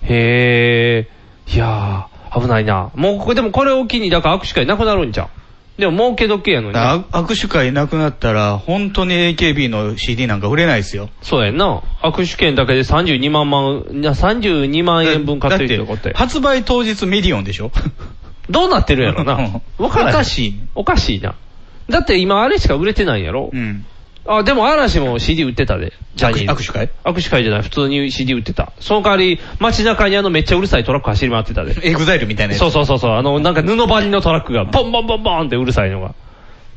B: へえ。いやー、危ないな。もうこれ、でもこれを機に、だから握手会なくなるんじゃん。でも儲け時計やのに。
C: だから握手会なくなったら、本当に AKB の CD なんか売れないですよ。
B: そうやんな。握手券だけで32万万、いや32万円分買ってるってこ
C: だ
B: とや
C: 発売当日ミリオンでしょ
B: どうなってるんやろな。
C: うん
B: [LAUGHS] わからへん
C: おかしい。
B: おかしいな。だって今あれしか売れてないんやろ、
C: うん。
B: あ、でも嵐も CD 売ってたで。ジャニーズ
C: 握手会
B: 握手会じゃない、普通に CD 売ってた。その代わり、街中にあのめっちゃうるさいトラック走り回ってたで。
C: エグザイルみたいなやつ。
B: そうそうそうそう、あの、なんか布張りのトラックが、ボンボンボンボンってうるさいのが。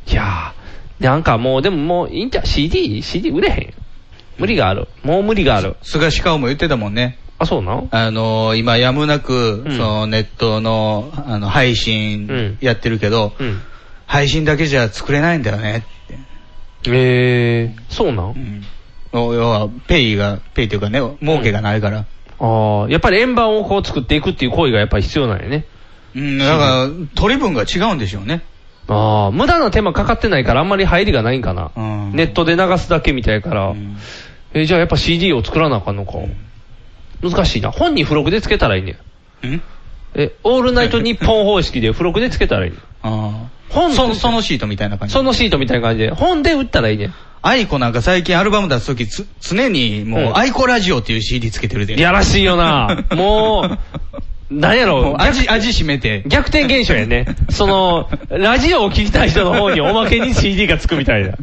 B: いやー、なんかもう、でももう、いいんじゃ、CD、CD 売れへん。無理がある。もう無理がある。
C: 菅氏顔も言ってたもんね。
B: あ、そうなん
C: あのー今やむなく、
B: うん
C: そのネットのあの配
B: うん
C: 信やってるけど、
B: うん。
C: 配信だけじゃ作れないんだよねって。
B: えー、そうな
C: うんん要は、ペイが、ペイというかね、儲けがないから。
B: ああ、やっぱり円盤をこう作っていくっていう行為がやっぱり必要なんやね。
C: うん、だから、取り分が違うんでしょうね。
B: ああ、無駄な手間かかってないからあんまり入りがないんかな。
C: うん
B: ネットで流すだけみたいやから。
C: ん
B: えーじゃあやっぱ CD を作らなあかんのか。難しいな。本に付録でつけたらいいねん。
C: うん
B: え、オールナイト日本方式で付録でつけた
C: [LAUGHS]
B: らいいねん。
C: あ
B: 本
C: あ。
B: で
C: そそのシートみたいな感じ
B: そ。のシートみたいな感じで、本で売ったらいいねん。
C: アイコなんか最近アルバム出すとき、つ常に
B: う
C: もうんアイコラジオっていう CD つけてるで。
B: やらしいよな。もう、なん
C: [LAUGHS]
B: や
C: もう
B: ろ。
C: 味、味しめて。
B: 逆転現象やね。その、ラジオを聞きたい人の方におまけに CD がつくみたいな。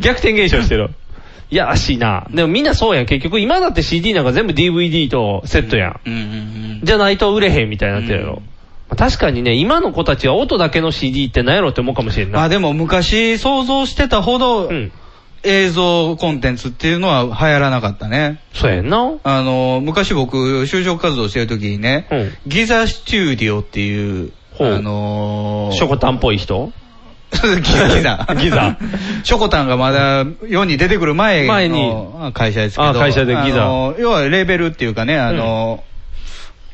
B: 逆転現象してる。いやらしいな。でもみんなそうやん。結局今だって CD なんか全部 DVD とセットやん。
C: うんうん
B: じゃないと売れへんみたいになってるやろ。まあ確かにね、今の子たちは音だけの CD ってなんやろって思うかもしれん
C: うん。ま
B: な
C: あ。でも昔想像してたほど
B: うん。
C: 映像コンテンツっていうのは流行らなかったね。
B: そうやんな。
C: あの、昔僕、就職活動してる時にね、
B: うん
C: ギザスチューディオっていう、
B: ほう
C: あのー
B: ショコタンっぽい人
C: ギザ。
B: [LAUGHS] ギザ。
C: ショコタンがまだ世に出てくる前の
B: 前に
C: 会社ですけど。
B: あ会社でギザ
C: あの要はレーベルっていうかね、あの、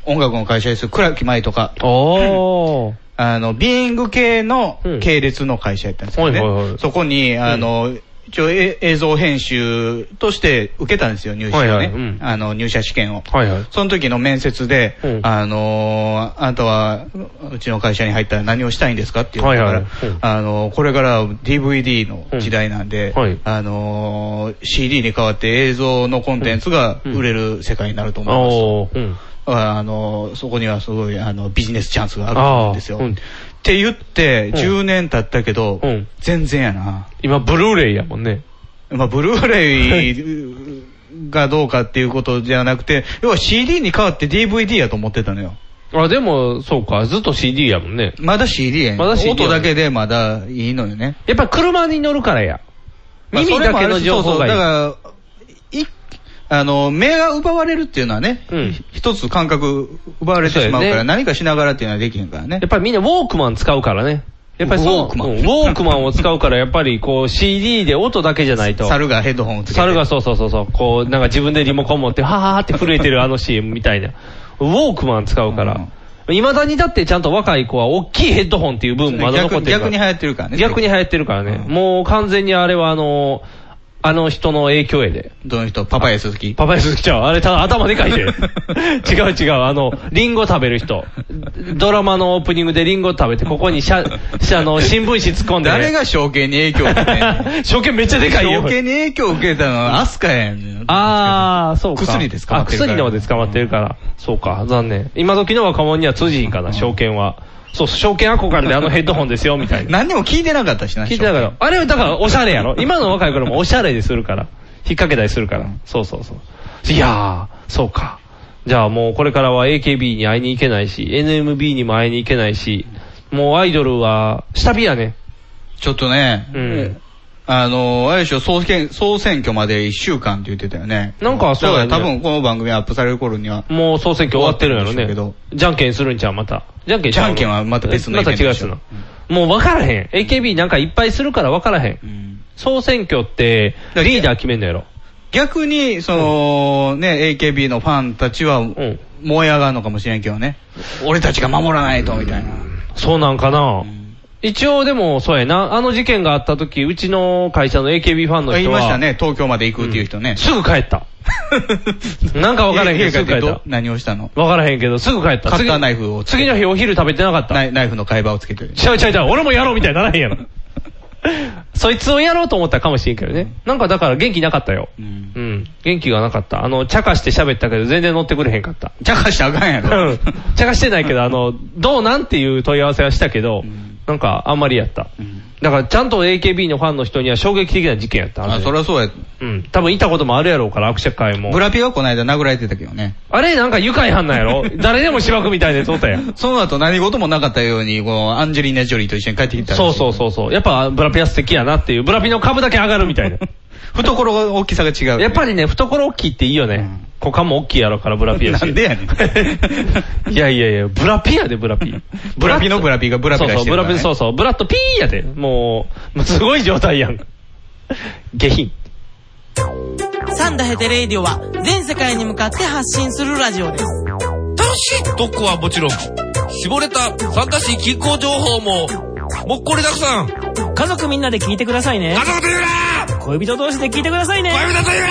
C: 音楽の会社ですよ。倉木舞とか。
B: おー。
C: あの、ビーイング系の系列の会社やったんですけどね。
B: うんはいはいはい
C: そこに、あの、一応え映像編集として受けたんですよ、入社をね。
B: はいはいうん
C: あの、入社試験を。
B: はいはい。
C: その時の面接で、
B: うん
C: あのーあなたは、うちの会社に入ったら何をしたいんですかって言ったから、
B: はいはいうん
C: あのーこれからは DVD の時代なんで、
B: うんはい
C: あのー CD に代わって映像のコンテンツが売れる世界になると思います。
B: おー。うん。
C: あのーそこにはすごいあのビジネスチャンスがあると思うんですよ。
B: あーうん
C: って言って、10年経ったけど、
B: うん
C: 全然やな。
B: 今、ブルーレイやもんね。
C: まあ、ブルーレ
B: [LAUGHS]
C: イがどうかっていうことじゃなくて、要は CD に代わって DVD やと思ってたのよ。
B: あ、でも、そうか。ずっと CD やもんね。
C: まだ CD やん。
B: まだ CD やん
C: 音だけでまだいいのよね。
B: やっぱ車に乗るからや。
C: まあ
B: 耳だけの情報がいい。
C: それもあるしそうそうだから、い、あの、目が奪われるっていうのはね、
B: うん
C: 一つ感覚奪われてしまう
B: そう
C: か
B: や
C: ら、
B: ね
C: 何かしながらっていうのはできへんからね
B: やっ。ぱりみんなウォークマン使うからね。やっぱりそう、
C: ウォークマン
B: うんウォークマンを使うから、やっぱりこう CD で音だけじゃないと。
C: 猿がヘッドホンをつけて。
B: 猿がそうそうそうそう、こうなんか自分でリモコン持って、はーって震えてるあの [LAUGHS] CM みたいな。ウォークマン使うから。未だにだってちゃんと若い子は大きいヘッドホンっていうブームまだ残
C: 逆
B: ってるから
C: 逆に流行ってるからね。
B: 逆に流行ってるからね。
C: うん
B: もう完全にあれはあの、あの人の影響やで。
C: どの人パパイ鈴木。
B: パパイスきちゃう。あれ、ただ頭でかい
C: [LAUGHS]
B: で。違う違う。あの、リンゴ食べる人。ドラマのオープニングでリンゴ食べて、ここにしゃ、しゃあの、新聞紙突っ込ん
C: [LAUGHS]
B: で、
C: 誰が証券に影響を受けて
B: [LAUGHS]
C: んの
B: 証券めっちゃでかいよ。
C: 証券に影響を受けたのはアスカやん。
B: あー、そうか。
C: 薬で捕まってるから
B: あ、薬の方で捕まってるから。そうか、残念。今時の若者には通じひんかな、証券は。そう、証券憧れであのヘッドホンですよ、みたいな。
C: 何にも聞いてなかったしな。
B: 聞いてながら、あれはだからおしゃれやろ。今の若い子らもおしゃれでするから。引っ掛けたりするから。そうそうそう。いやー、そうか。じゃあもうこれからは AKB に会いに行けないし、NMB にも会いに行けないし、もうアイドルは下火やね。
C: ちょっとね、
B: うん。
C: あの、あれでしょ、総選総選挙まで1週間って言ってたよね。
B: なんかそうだ
C: だ
B: ね
C: から多分この番組アップされる頃には。
B: もう総選挙終わってるんやろ
C: 終わってるん
B: ね
C: でしょ。
B: じゃんけんするんちゃうまた。じゃんけんちゃう
C: じゃんけんはまた別の
B: ま
C: イベ
B: た
C: ントで
B: 違うや
C: し
B: つ
C: ょ
B: な。もう分からへん。AKB なんかいっぱいするから分からへん。総選挙って、
C: だから
B: リーダー決めんのやろ。
C: 逆に、その、ね、AKB のファンたちは、
B: ん
C: 燃え上がるのかもしれんけどね。俺たちが守らないと、みたいな。
B: そうなんかな、一応でも、そうやな。あの事件があった時、うちの会社の AKB ファンの人は。
C: 言いましたね、東京まで行くっていう人
B: [LAUGHS]
C: ね。
B: すぐ帰った。なんかわからへんけど、すぐ帰
C: 家帰
B: った
C: ってど。何をしたの
B: わからへんけど、すぐ帰った。
C: カッ
B: 次
C: ターナイフをつけ
B: 次の日お昼食べてなかった。
C: ナイナイフの貝刃をつけてる。
B: ちゃうちゃうちゃう、俺もやろうみたいにならへんやろ。そいつをやろうと思ったかもしれんけどね。なんかだから元気なかったよ。うん。元気がなかった。あの、茶化して喋ったけど全然乗ってくれへんかった。
C: ちゃかしてあかんや
B: う
C: ろ
B: ん。茶化してないけど、あの、どうなんっていう問い合わせはしたけど、なんかあんまりやった。だからちゃんと AKB のファンの人には衝撃的な事件やった。
C: [LAUGHS] あ、そりゃそうや。
B: うん。多分いたこともあるやろうから、握手会も
C: ブ。ラピがこの間殴られてたけどね。
B: あれなんか愉快犯なん
C: [LAUGHS]
B: やろ誰でも芝生みたいで通ったやん。
C: その後何事もなかったように、このアンジェリーナ・ジョリーと一緒に帰ってきたらしい
B: そうそうそうそう。やっぱブラピア素敵やなっていう。ブラピの株だけ上がるみたいな。
C: 懐が大きさが違う。
B: やっぱりね、懐大きいっていいよね。股間も大きいやろから、ブラピやし。
C: なんでやねん
B: いやいやいや、ブラピやで、ブラピ。
C: ブラピのブラピがブラピ
B: そう
C: ラ
B: そ
C: し
B: う、
C: て
B: ブ
C: るか
B: ラ
C: らね
B: ピ、そうそう、ブラッとピーやで。もう、もうすごい状態やん。下品。
G: サンダヘテレイディオは全世界に向かって発信するラジオです。
H: 楽しい特攻はもちろん、絞れた参加し気候情報も、もっこりたくさん。家
G: 家族みんなで聞いてくださいね。
H: 族と言うな
G: 恋人同士で聞いてくださいね。
H: 恋人と言うな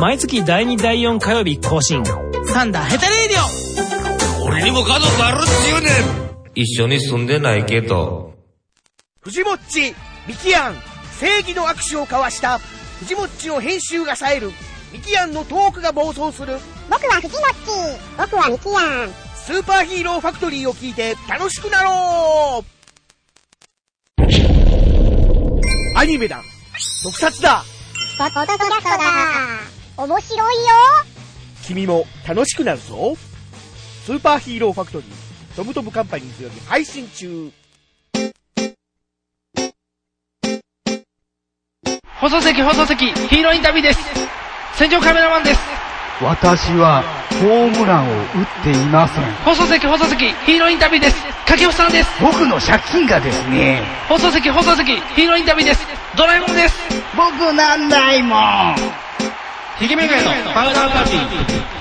G: 毎月第2第4火曜日更新。サンダヘテレイディオ
H: 俺にも家族あるっちゅうねん一緒に住んでないけど。
I: 藤もっち、ミキアン、正義の握手を交わした、藤もっちの編集が冴える、ミキアンのトークが暴走する、
J: 僕はフジモッチ僕はミキヤン
I: スーパーヒーローファクトリーを聞いて楽しくなろうアニメだ特撮だ
J: ポッドキャストだ面白いよ
I: 君も楽しくなるぞスーパーヒーローファクトリー、トムトムカンパニーズより配信中
K: 放送席、放送席、ヒーローインタビューです。戦場カメラマンです。
L: 私はホームランを打っていません。
K: 放送席、放送席、ヒーローインタビューです。掛布さんです。
L: 僕の借金がですね、
K: 放送席、放送席、ヒーローインタビューです。ドラえもんです。
L: 僕なんないもん。
B: ひげめがのパウダーパーティー。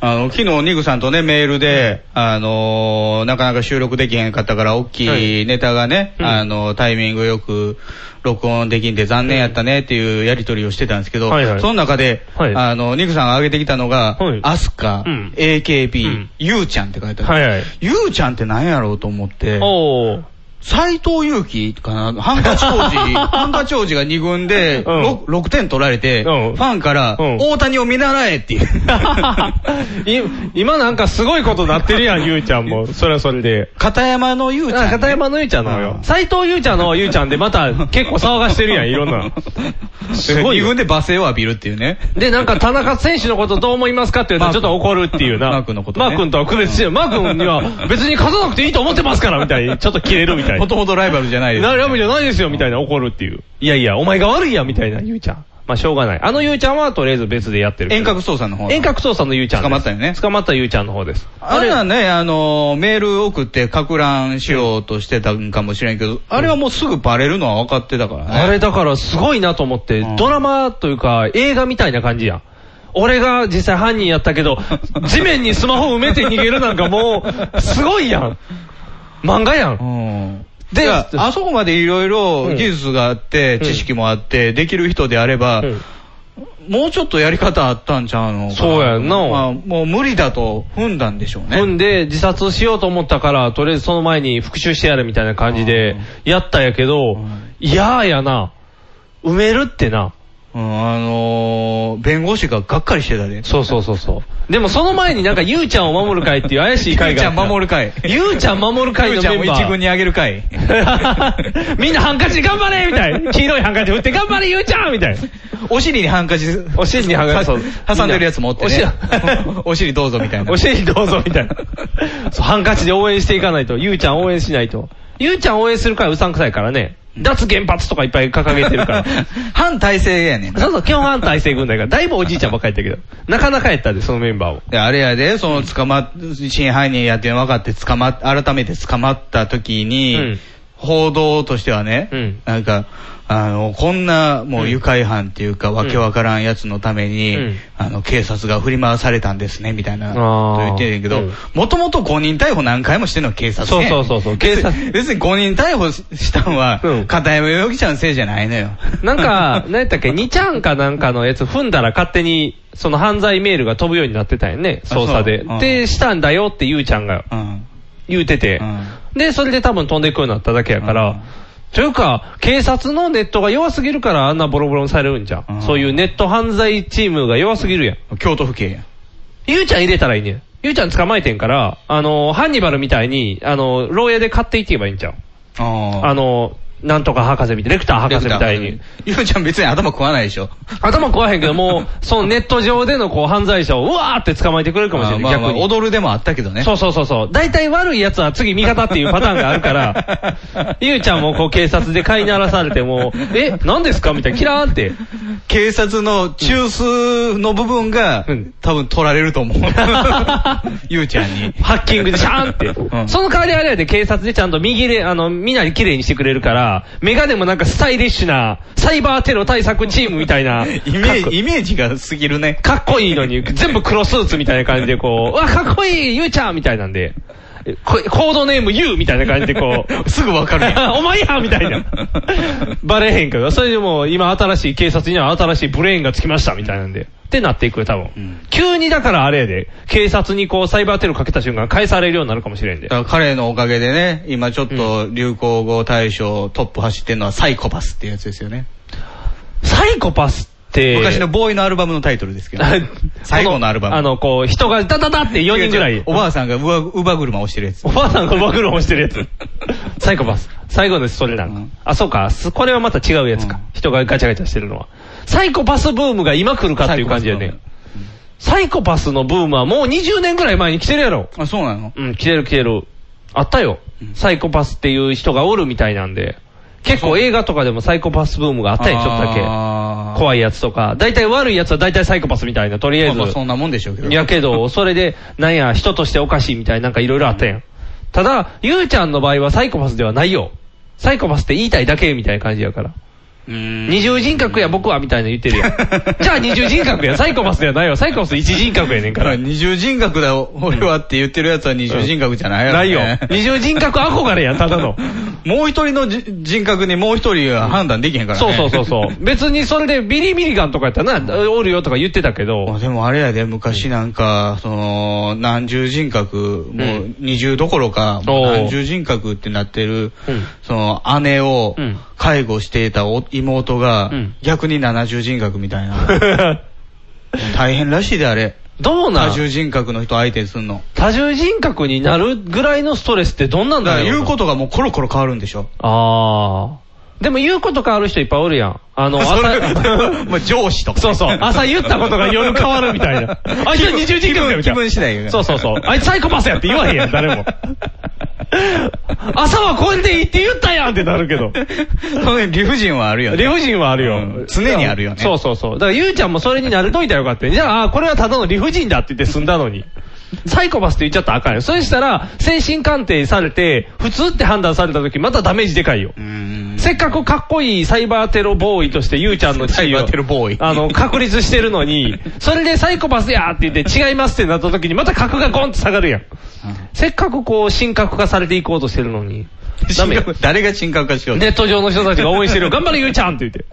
C: あの、昨日、ニグさんとね、メールで、あのーなかなか収録できへんかったから、大きいネタがね、
B: うん
C: あの、タイミングよく録音できんで残念やったねっていうやりとりをしてたんですけど、
B: はいはい
C: その中で、
B: はい
C: あの、ニグさんが挙げてきたのが、
B: はい
C: アスカ、
B: うん
C: AKB、
B: うん
C: ゆうちゃんって書いてある。
B: はいはい。
C: ゆうちゃんって何やろうと思って、
B: おー。
C: 斎藤祐樹かなハンカ
B: [LAUGHS]
C: チ王子、ハンカチ王子が2軍で
B: うん
C: 6, 6点取られて、
B: うん
C: ファンから、
B: うん
C: 大谷を見習えっていう。
B: [LAUGHS] い今なんかすごいことなってるやん、ゆうちゃんも。それはそれで。
C: 片山のゆうちゃん、ね。
B: 片山のゆうちゃんなのよ
C: う。ん
B: 斎藤ゆうちゃんのゆうちゃんでまた結構騒がしてるやん、いろん
C: [LAUGHS]
B: な。す
C: す
B: ご
C: ご
B: い
C: い。
B: よ
C: 自分で罵声を浴びるっていうね。
B: で、なんか田中選手のことどう思いますかって言うとちょっと怒るっていうな。
C: マー君のことね
B: マー君とは区別してる。マー君には別に勝たなくていいと思ってますから、みたいに。ちょっと切れるみたいな。
C: [LAUGHS] ほとほとライバルじゃないです。
B: なるやめじゃないですよ、みたいな怒るっていう。いやいや、お前が悪いや、みたいな、ゆうちゃん。まあ、しょうがない。あのゆうちゃんはとりあえず別でやってるけ
C: 遠
B: ど。
C: 隔操作の方。
B: 遠隔操作のゆうちゃんで
C: 捕
B: す。
C: まったよね
B: 捕まったゆうちゃんの方です。
C: あれはね、あの、メール送って拡乱しようとしてたんかもしれんけど、あれはもうすぐバレるのは分かってたからね。
B: あれだからすごいなと思って
C: う、ん
B: ドラマというか映画みたいな感じやん。俺が実際犯人やった
C: [LAUGHS]
B: けど、地面にスマホ埋めて逃げるなんかもう、すごいやん。漫画や。
C: うんん。
B: で
C: で、あそこまでいろいろ技術があって、
B: うん
C: 知識もあって、できる人であれば、
B: うん
C: もうちょっとやり方あったんちゃうの
B: そうやんな
C: まあ、もう無理だと踏んだんでしょうね。
B: ほんで、自殺しようと思ったから、とりあえずその前に復讐してやるみたいな感じで、やったんやけど、いやーやな、埋めるってな、
C: うん、あのー弁護士ががっかりしてたで。
B: そうそうそうそう。でもその前になんか、ゆうちゃんを守る会っていう怪しい会が。
C: ゆうちゃん守る会。
B: ゆうちゃん守る会のメンバー。
C: ゆうちゃんを一軍にあげる
B: [LAUGHS]
C: 会。
B: みんなハンカチ頑張れみたいな。黄色いハンカチ振って頑張れゆうちゃんみたいな。
C: お尻にハンカチ、
B: お尻にハンカチそう
C: 挟んでるやつ持って
B: お尻
C: ね。 [LAUGHS] お尻どうぞみ
B: [LAUGHS]
C: たいな。
B: お尻どうぞみたいな。そう、ハンカチで応援していかないと。ゆうちゃん応援しないと。ゆうちゃん応援するからうさんくさいからね。脱原発とかいっぱい掲げて
C: [LAUGHS]
B: るから。
C: 反体制やねん。
B: そうそう、基本反体制軍だから。だいぶおじいちゃんばっかりやったけど。なかなかやったで、そのメンバーを。
C: であれやで、その捕まっ、真犯人やって分かって捕まっ、改めて捕まった時に、報道としてはね、なんか、あの、こんなもう愉快犯っていうか、わけわからんやつのために、
B: うん
C: あの、警察が振り回されたんですね、みたいな、
B: あー
C: と言ってるけ
B: う
C: ど
B: ん、
C: もともと誤認逮捕何回もしてんの警察ね。
B: そうそうそうそう
C: 警察。別に誤認逮捕したんは、片山容疑者のせいじゃないのよ。
B: なん
C: [LAUGHS]
B: か、何やったっけ、2ちゃんかなんかのやつ踏んだら勝手に、その犯罪メールが飛ぶようになってたんやね、
C: あそう
B: 捜査で
C: う。ん
B: で、したんだよってゆうちゃんが言うてて。で、それで多分飛んでいくようになっただけやから。というか、警察のネットが弱すぎるからあんなボロボロにされるんじゃん。そういうネット犯罪チームが弱すぎるやん。
C: 京都府警や。
B: ゆうちゃん入れたらいいねん。ゆうちゃん捕まえてんから、あの、ハンニバルみたいに、あの、牢屋で買っていけばいいんちゃう
C: あ
B: あの、なんとか博士みたいな、レクター博士みたいに。
C: ゆうちゃん別に頭食わないでしょ。
B: 頭壊へんけど、もう、そのネット上でのこう犯罪者をうわーって捕まえてくれるかもしれない、
C: あまあまあ
B: 逆に。
C: 踊るでもあったけどね。
B: そうそうそうそう。大体悪い奴は次味方っていうパターンがあ
C: [LAUGHS]
B: るから、ゆうちゃんもこう警察で飼いならされても、え、何ですかみたいな、キラーンって。
C: 警察の中枢の部分が、多分取られる
B: [LAUGHS]
C: と思う。ゆうちゃんに。
B: ハッキングでシャーンって。その代わりあれやで警察でちゃんと右で、あの、みんなに綺麗にしてくれるから、メガネもなんかスタイリッシュな、サイバーテロ対策チームみたいな。イ
C: メージ、イメージがすぎるね。
B: かっこいいのに、全部黒スーツみたいな感じ
C: [LAUGHS]
B: でこう、うわ、かっこいいゆうちゃんみたいなんで。こコードネーム YOU みたいな感じでこう。
C: すぐわかるや
B: [LAUGHS] お前やみたいな。バレへんから。それでもう今新しい警察には新しいブレーンがつきましたみたいなんで。ってなっていくよ、多分。急にだからあれやで、警察にこうサイバーテロかけた瞬間返されるようになるかもしれん
C: だ
B: で。
C: から彼のおかげでね、今ちょっと流行語大賞トップ走ってるのはサイコパスっていうやつですよね。
B: サイコパスって、
C: 昔
B: [LAUGHS]
C: のボーイのアルバムのタイトルですけど、最後のアルバム。
B: あの、こう、人がダダダって4人ぐらい。
C: おばあさんがうわ乳母車をしてるやつ。
B: おばあさんがバクロンしてるやつ。サイコパス。最後のそれなの。あ、そうか。すこれはまた違うやつか。人がガチャガチャしてるのは。サイコパスブームが今来るかっていう感じやね。サイコパスのブームはもう20年ぐらい前に来てるやろ。
C: あ、そうなの
B: うん、来てる来てる。あったよ。サイコパスっていう人がおるみたいなんで。結構映画とかでもサイコパスブームがあったよ、ちょっとだけ。怖いやつとか。大体悪いやつは大体サイコパスみたいな、とりあえ
C: まあまあ
B: ず。
C: そんなもんでしょうけど。
B: いやけど、それで、なんや、人としておかしいみたいな、なんかいろいろあったやん。ただ、ゆうちゃんの場合はサイコパスではないよ。サイコパスって言いたいだけみたいな感じやから。二重人格や僕はみたいな言って
C: [LAUGHS]
B: るやん。じゃあ二重人格や、サイコパスではないよ。サイコパス一人格やねんから。
C: [LAUGHS] 二重人格だ、俺はって言ってるやつは二重人格じゃないよ、ね。
B: ないよ。
C: [LAUGHS]
B: 二重人格憧れやん、ただの。
C: もう一人のじ人格にもう一人は判断できへんから
B: そう
C: ね。
B: そうそうそう。別にそれでビリビリガンとかやったらな、おるよとか言ってたけど。
C: で [LAUGHS] もあれやで、昔なんか、その、何重人格、もう二重どころか、もう何重人格ってなってる、その姉を介護していたお妹が、逆に七重人格みたい
B: [LAUGHS]
C: な。大変らしいで、あれ。
B: どうなん
C: 多重人格の人相手にすんの。
B: 多重人格になるぐらいのストレスってどんなんだ
C: だから
B: ろう
C: 言
B: な
C: うことがもうコロコロ変わるんでしょ。
B: ああ。でも言うこと変わる人いっぱいおるやん。あの、朝、
C: [LAUGHS] まあ上司とか。
B: そうそう。朝言ったことが夜変わるみたい
C: [LAUGHS]
B: な。あいつは二重人格やみた
C: 気
B: いな。
C: 分次第よね
B: そうそうそう。あいつサイコパスやって言わへんやん、誰も。朝はこれでいいって言ったやんってなるけど。
C: その理不尽はあるよね。
B: 理不尽はあるよ。
C: 常にあるよね。
B: そうそうそう。だからゆうちゃんもそれになるといたらよかったよ。じゃあ、あーこれはただの理不尽だって言って済んだのに。サイコパスって言っちゃったらあかんよ。それしたら、精神鑑定されて、普通って判断された時、またダメージでかいよ。せっかくかっこいいサイバーテロボーイとしてゆうちゃんの地位を、あの、確立してるのに、それでサイコパスやーって言って違いますってなった時に、また格がゴンって下がるやん。せっかくこう、神格化されていこうとしてるのに。ダメよ。
C: 誰が人格化しようと
B: ネット上の人たちが応援してるよ。頑張れ、ゆうちゃんって言って。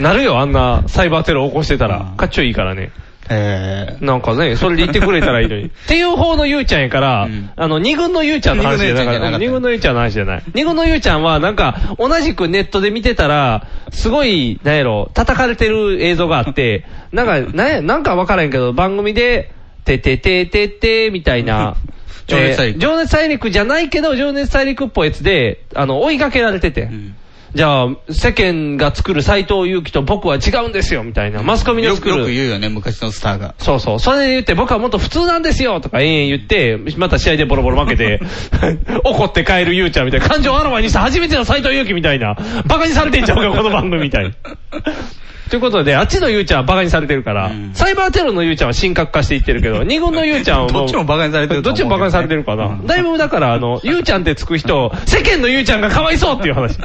B: なるよ、あんなサイバーテロ起こしてたら。かっちょいいからね。
C: え
B: なんかね、それで言ってくれたらいいのに。 [LAUGHS] っていう方のゆうちゃんやから、あの、二軍のゆうちゃんの話じゃなかった。二軍のゆうちゃんの話じゃない。二軍のゆうちゃんは、なんか、同じくネットで見てたら、すごい、なんやろ、叩かれてる映像があって、なんか、なんや、なんかわからへんけど、番組で、ててててて、みたいな。
C: 情熱大陸
B: えー [LAUGHS] 情熱大陸じゃないけど、情熱大陸っぽいやつで、あの、追いかけられてて。じゃあ、世間が作る斎藤佑樹と僕は違うんですよ、みたいな。マスコミの作る。
C: よく言うよね、昔のスターが。
B: そうそう。それで言って、僕はもっと普通なんですよとか延々言って、また試合でボロボロ負
C: [LAUGHS]
B: けて、怒って帰るゆうちゃんみたいな、感情をあらわにした初めての斎藤佑樹みたいな、バカにされてんちゃうか、この番組みたいな。ということで、あっちのゆうちゃんはバカにされてるから、サイバーテロのゆうちゃんは神格化していってる
C: [LAUGHS]
B: けど、二軍のゆうちゃんはもう、
C: どっちもバカにされてると
B: どっ
C: 思う
B: ち
C: けど
B: も
C: ね
B: バカにされてるかな。だいぶだから、あの、ゆうちゃんってつく人、世間のゆうちゃんがかわいそうっていう話。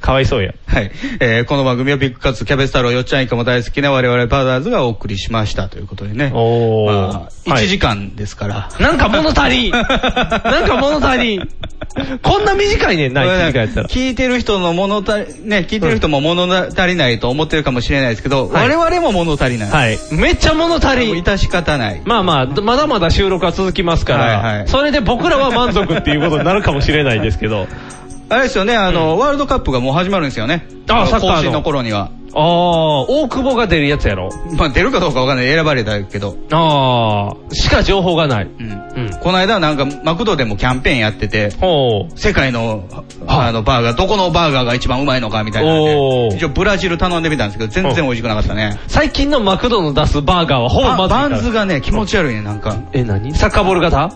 B: かわいそうや。
C: はい。えーこの番組はビッグカツ、キャベツ太郎、よっちゃんいかも大好きな我々パウダーズがお送りしましたということでね。
B: お
C: まあ、1時間ですから。
B: なんか物
C: [LAUGHS]
B: 足りん。なんか物足りん。こんな短いねんな、1時間やったら。
C: 聞いてる人の物足り、ね、聞いてる人も物足りないと思ってるかもしれないですけど、
B: はい
C: 我々も物足りない。
B: はい。めっちゃ物足りん。
C: 致し方ない。
B: まあまあ、まだまだ収録は続きますから、それで僕らは満足っていうことになるかもしれないですけど。
C: あれですよね、あの、ワールドカップがもう始まるんですよね。
B: あサッカーの
C: 更新の頃には。
B: ああ、大久保が出るやつやろ。
C: まあ出るかどうかわかんない。選ばれたけど。
B: ああ、しか情報がない。
C: この間なんかマクドでもキャンペーンやってて、世界のあのバーガー、どこのバーガーが一番うまいのかみたいなので、一応ブラジル頼んでみたんですけど、全然美味しくなかったね。
B: 最近のマクドの出すバーガーはほぼまず
C: バ
B: いから
C: ンズがね、気持ち悪いね、なんか。
B: え、何サッカーボール型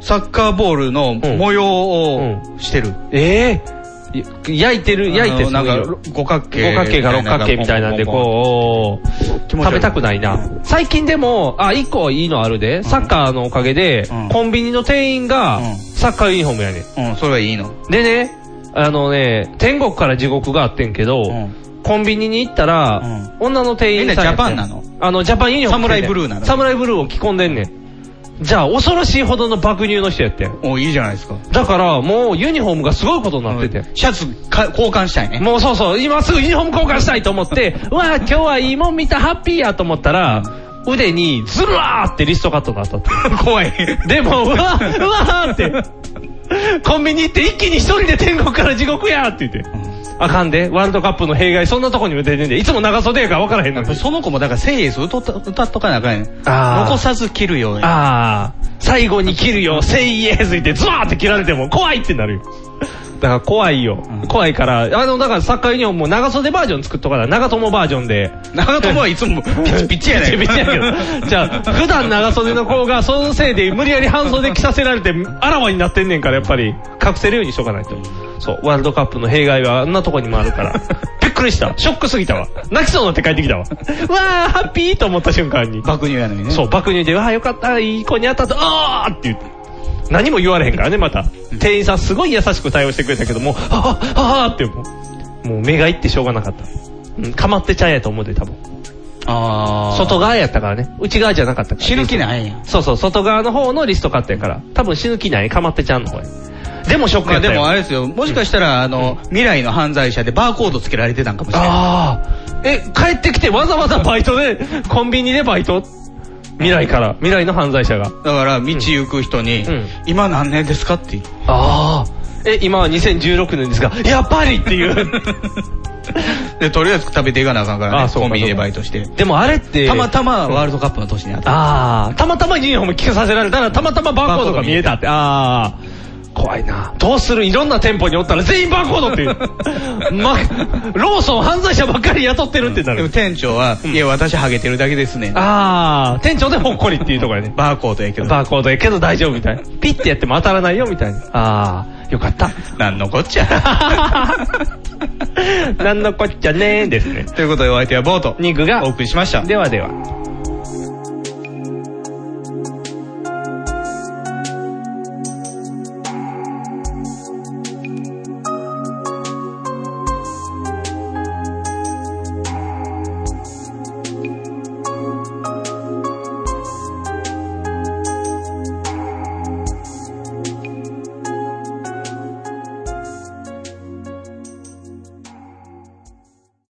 C: サッカーボールの模様をしてる。
B: ええ焼いてる、焼いて
C: あ
B: る。
C: のなんか五角形
B: 五角形か六角形みたいなんで、こう、食べたくないな。最近でも、あ、一個いいのあるで、サッカーのおかげで、コンビニの店員が、サッカーユニフォームやね
C: うん、それはいいの。
B: でね、あのね、天国から地獄があってんけど、コンビニに行ったら、女の店員さんやってん。
C: みんなジャパンなの
B: あの、ジャパンユニフォーム着てんねん。
C: サムライブルーなの
B: サムライブルーを着込んでんねん。じゃあ、恐ろしいほどの爆乳の人やってん。
C: お、いいじゃないですか。
B: だから、もうユニフォームがすごいことになってて。
C: シャツ交換したいね。
B: もうそうそう、今すぐユニフォーム交換したいと思 [LAUGHS] って、うわー今日はいいもん見た、ハッピーやと思ったら、腕にズルワーってリストカットがあったって。 [LAUGHS]
C: 怖い。
B: でも、うわーうわーって、コンビニ行って一気に一人で天国から地獄やって言って。あかんで、ワールドカップの弊害、そんなとこにも出てんで、いつも長袖やから分からへんのに。
C: その子もだからセイエス歌った歌っとかなあかんねん。
B: あー
C: 残さず切るように。
B: ああ、最後に切るよ、セイエースってズワーって切られても怖いってなるよ。だから怖いよ。怖いから、あの、だからサッカーユニフォームも長袖バージョン作っとかな、長友バージョンで。
C: 長友はいつ
B: [LAUGHS]
C: もピチピチやねん。
B: ピチピチやけど。じゃあ、普段長袖の子がそのせいで無理やり半袖着させられて、あらわになってんねんから、やっぱり、隠せるようにしとかないと。そう、ワールドカップの弊害はあんなとこにもある
C: [LAUGHS]
B: から。びっくりした。ショックすぎたわ。泣きそうになって帰ってきたわ。うわー、ハッピーと思った瞬間に。
C: 爆乳やのにね。
B: そう、爆乳で、わあよかった、いい子に当たった、あーって言って。何も言われへんからね、また。店員さんすごい優しく対応してくれたけど、もう、あーあーってもう、もう目がいってしょうがなかった。うん、かまってちゃえやと思うで、多分。
C: あ
B: 外側やったからね。内側じゃなかったから。死ぬ気
C: ないや
B: そうそう、外側の方のリストカットやから。多分死ぬ気ない、かまってちゃんの方や。でもショック
C: ま
B: や
C: あ
B: った
C: で
B: よ。
C: もあれですよ、もしかしたら、あの、未来の犯罪者でバーコードつけられてたんかもしれない。
B: ああ。え、帰ってきてわざわざバイトで、コンビニでバイト未来から、未来の犯罪者が。
C: だから、道行く人に、今何年ですかって言う。
B: ああ。え、今は2016年ですが、やっぱりっ
C: [LAUGHS]
B: ていう。
C: で、とりあえず食べていかなあかんからね、コンビニでバイトして。
B: でもあれって、
C: たまたまワールドカップの年にあった。
B: ああ、たまたまユニフォーム着させられたら、たまたまバーコードが見えたって。ああ、怖いな。どうするいろんな店舗におったら全員バーコードっていう。 [LAUGHS] ま、ローソン犯罪者ばっかり雇ってるってな
C: でも
B: る。
C: 店長は、いや、私ハゲてるだけですね。
B: ああ、店長でほっこりっていうとこやね。
C: バーコードやけど。
B: バーコードやけど大丈夫みたいな。ピッてやっても当たらないよみたいな。ああ、よか [LAUGHS] った。
C: なんのこっちゃ。
B: なんのこっちゃねーですね。
C: [LAUGHS] ということで、お相手はボート。
B: ニグが
C: お送りしました。
B: ではでは。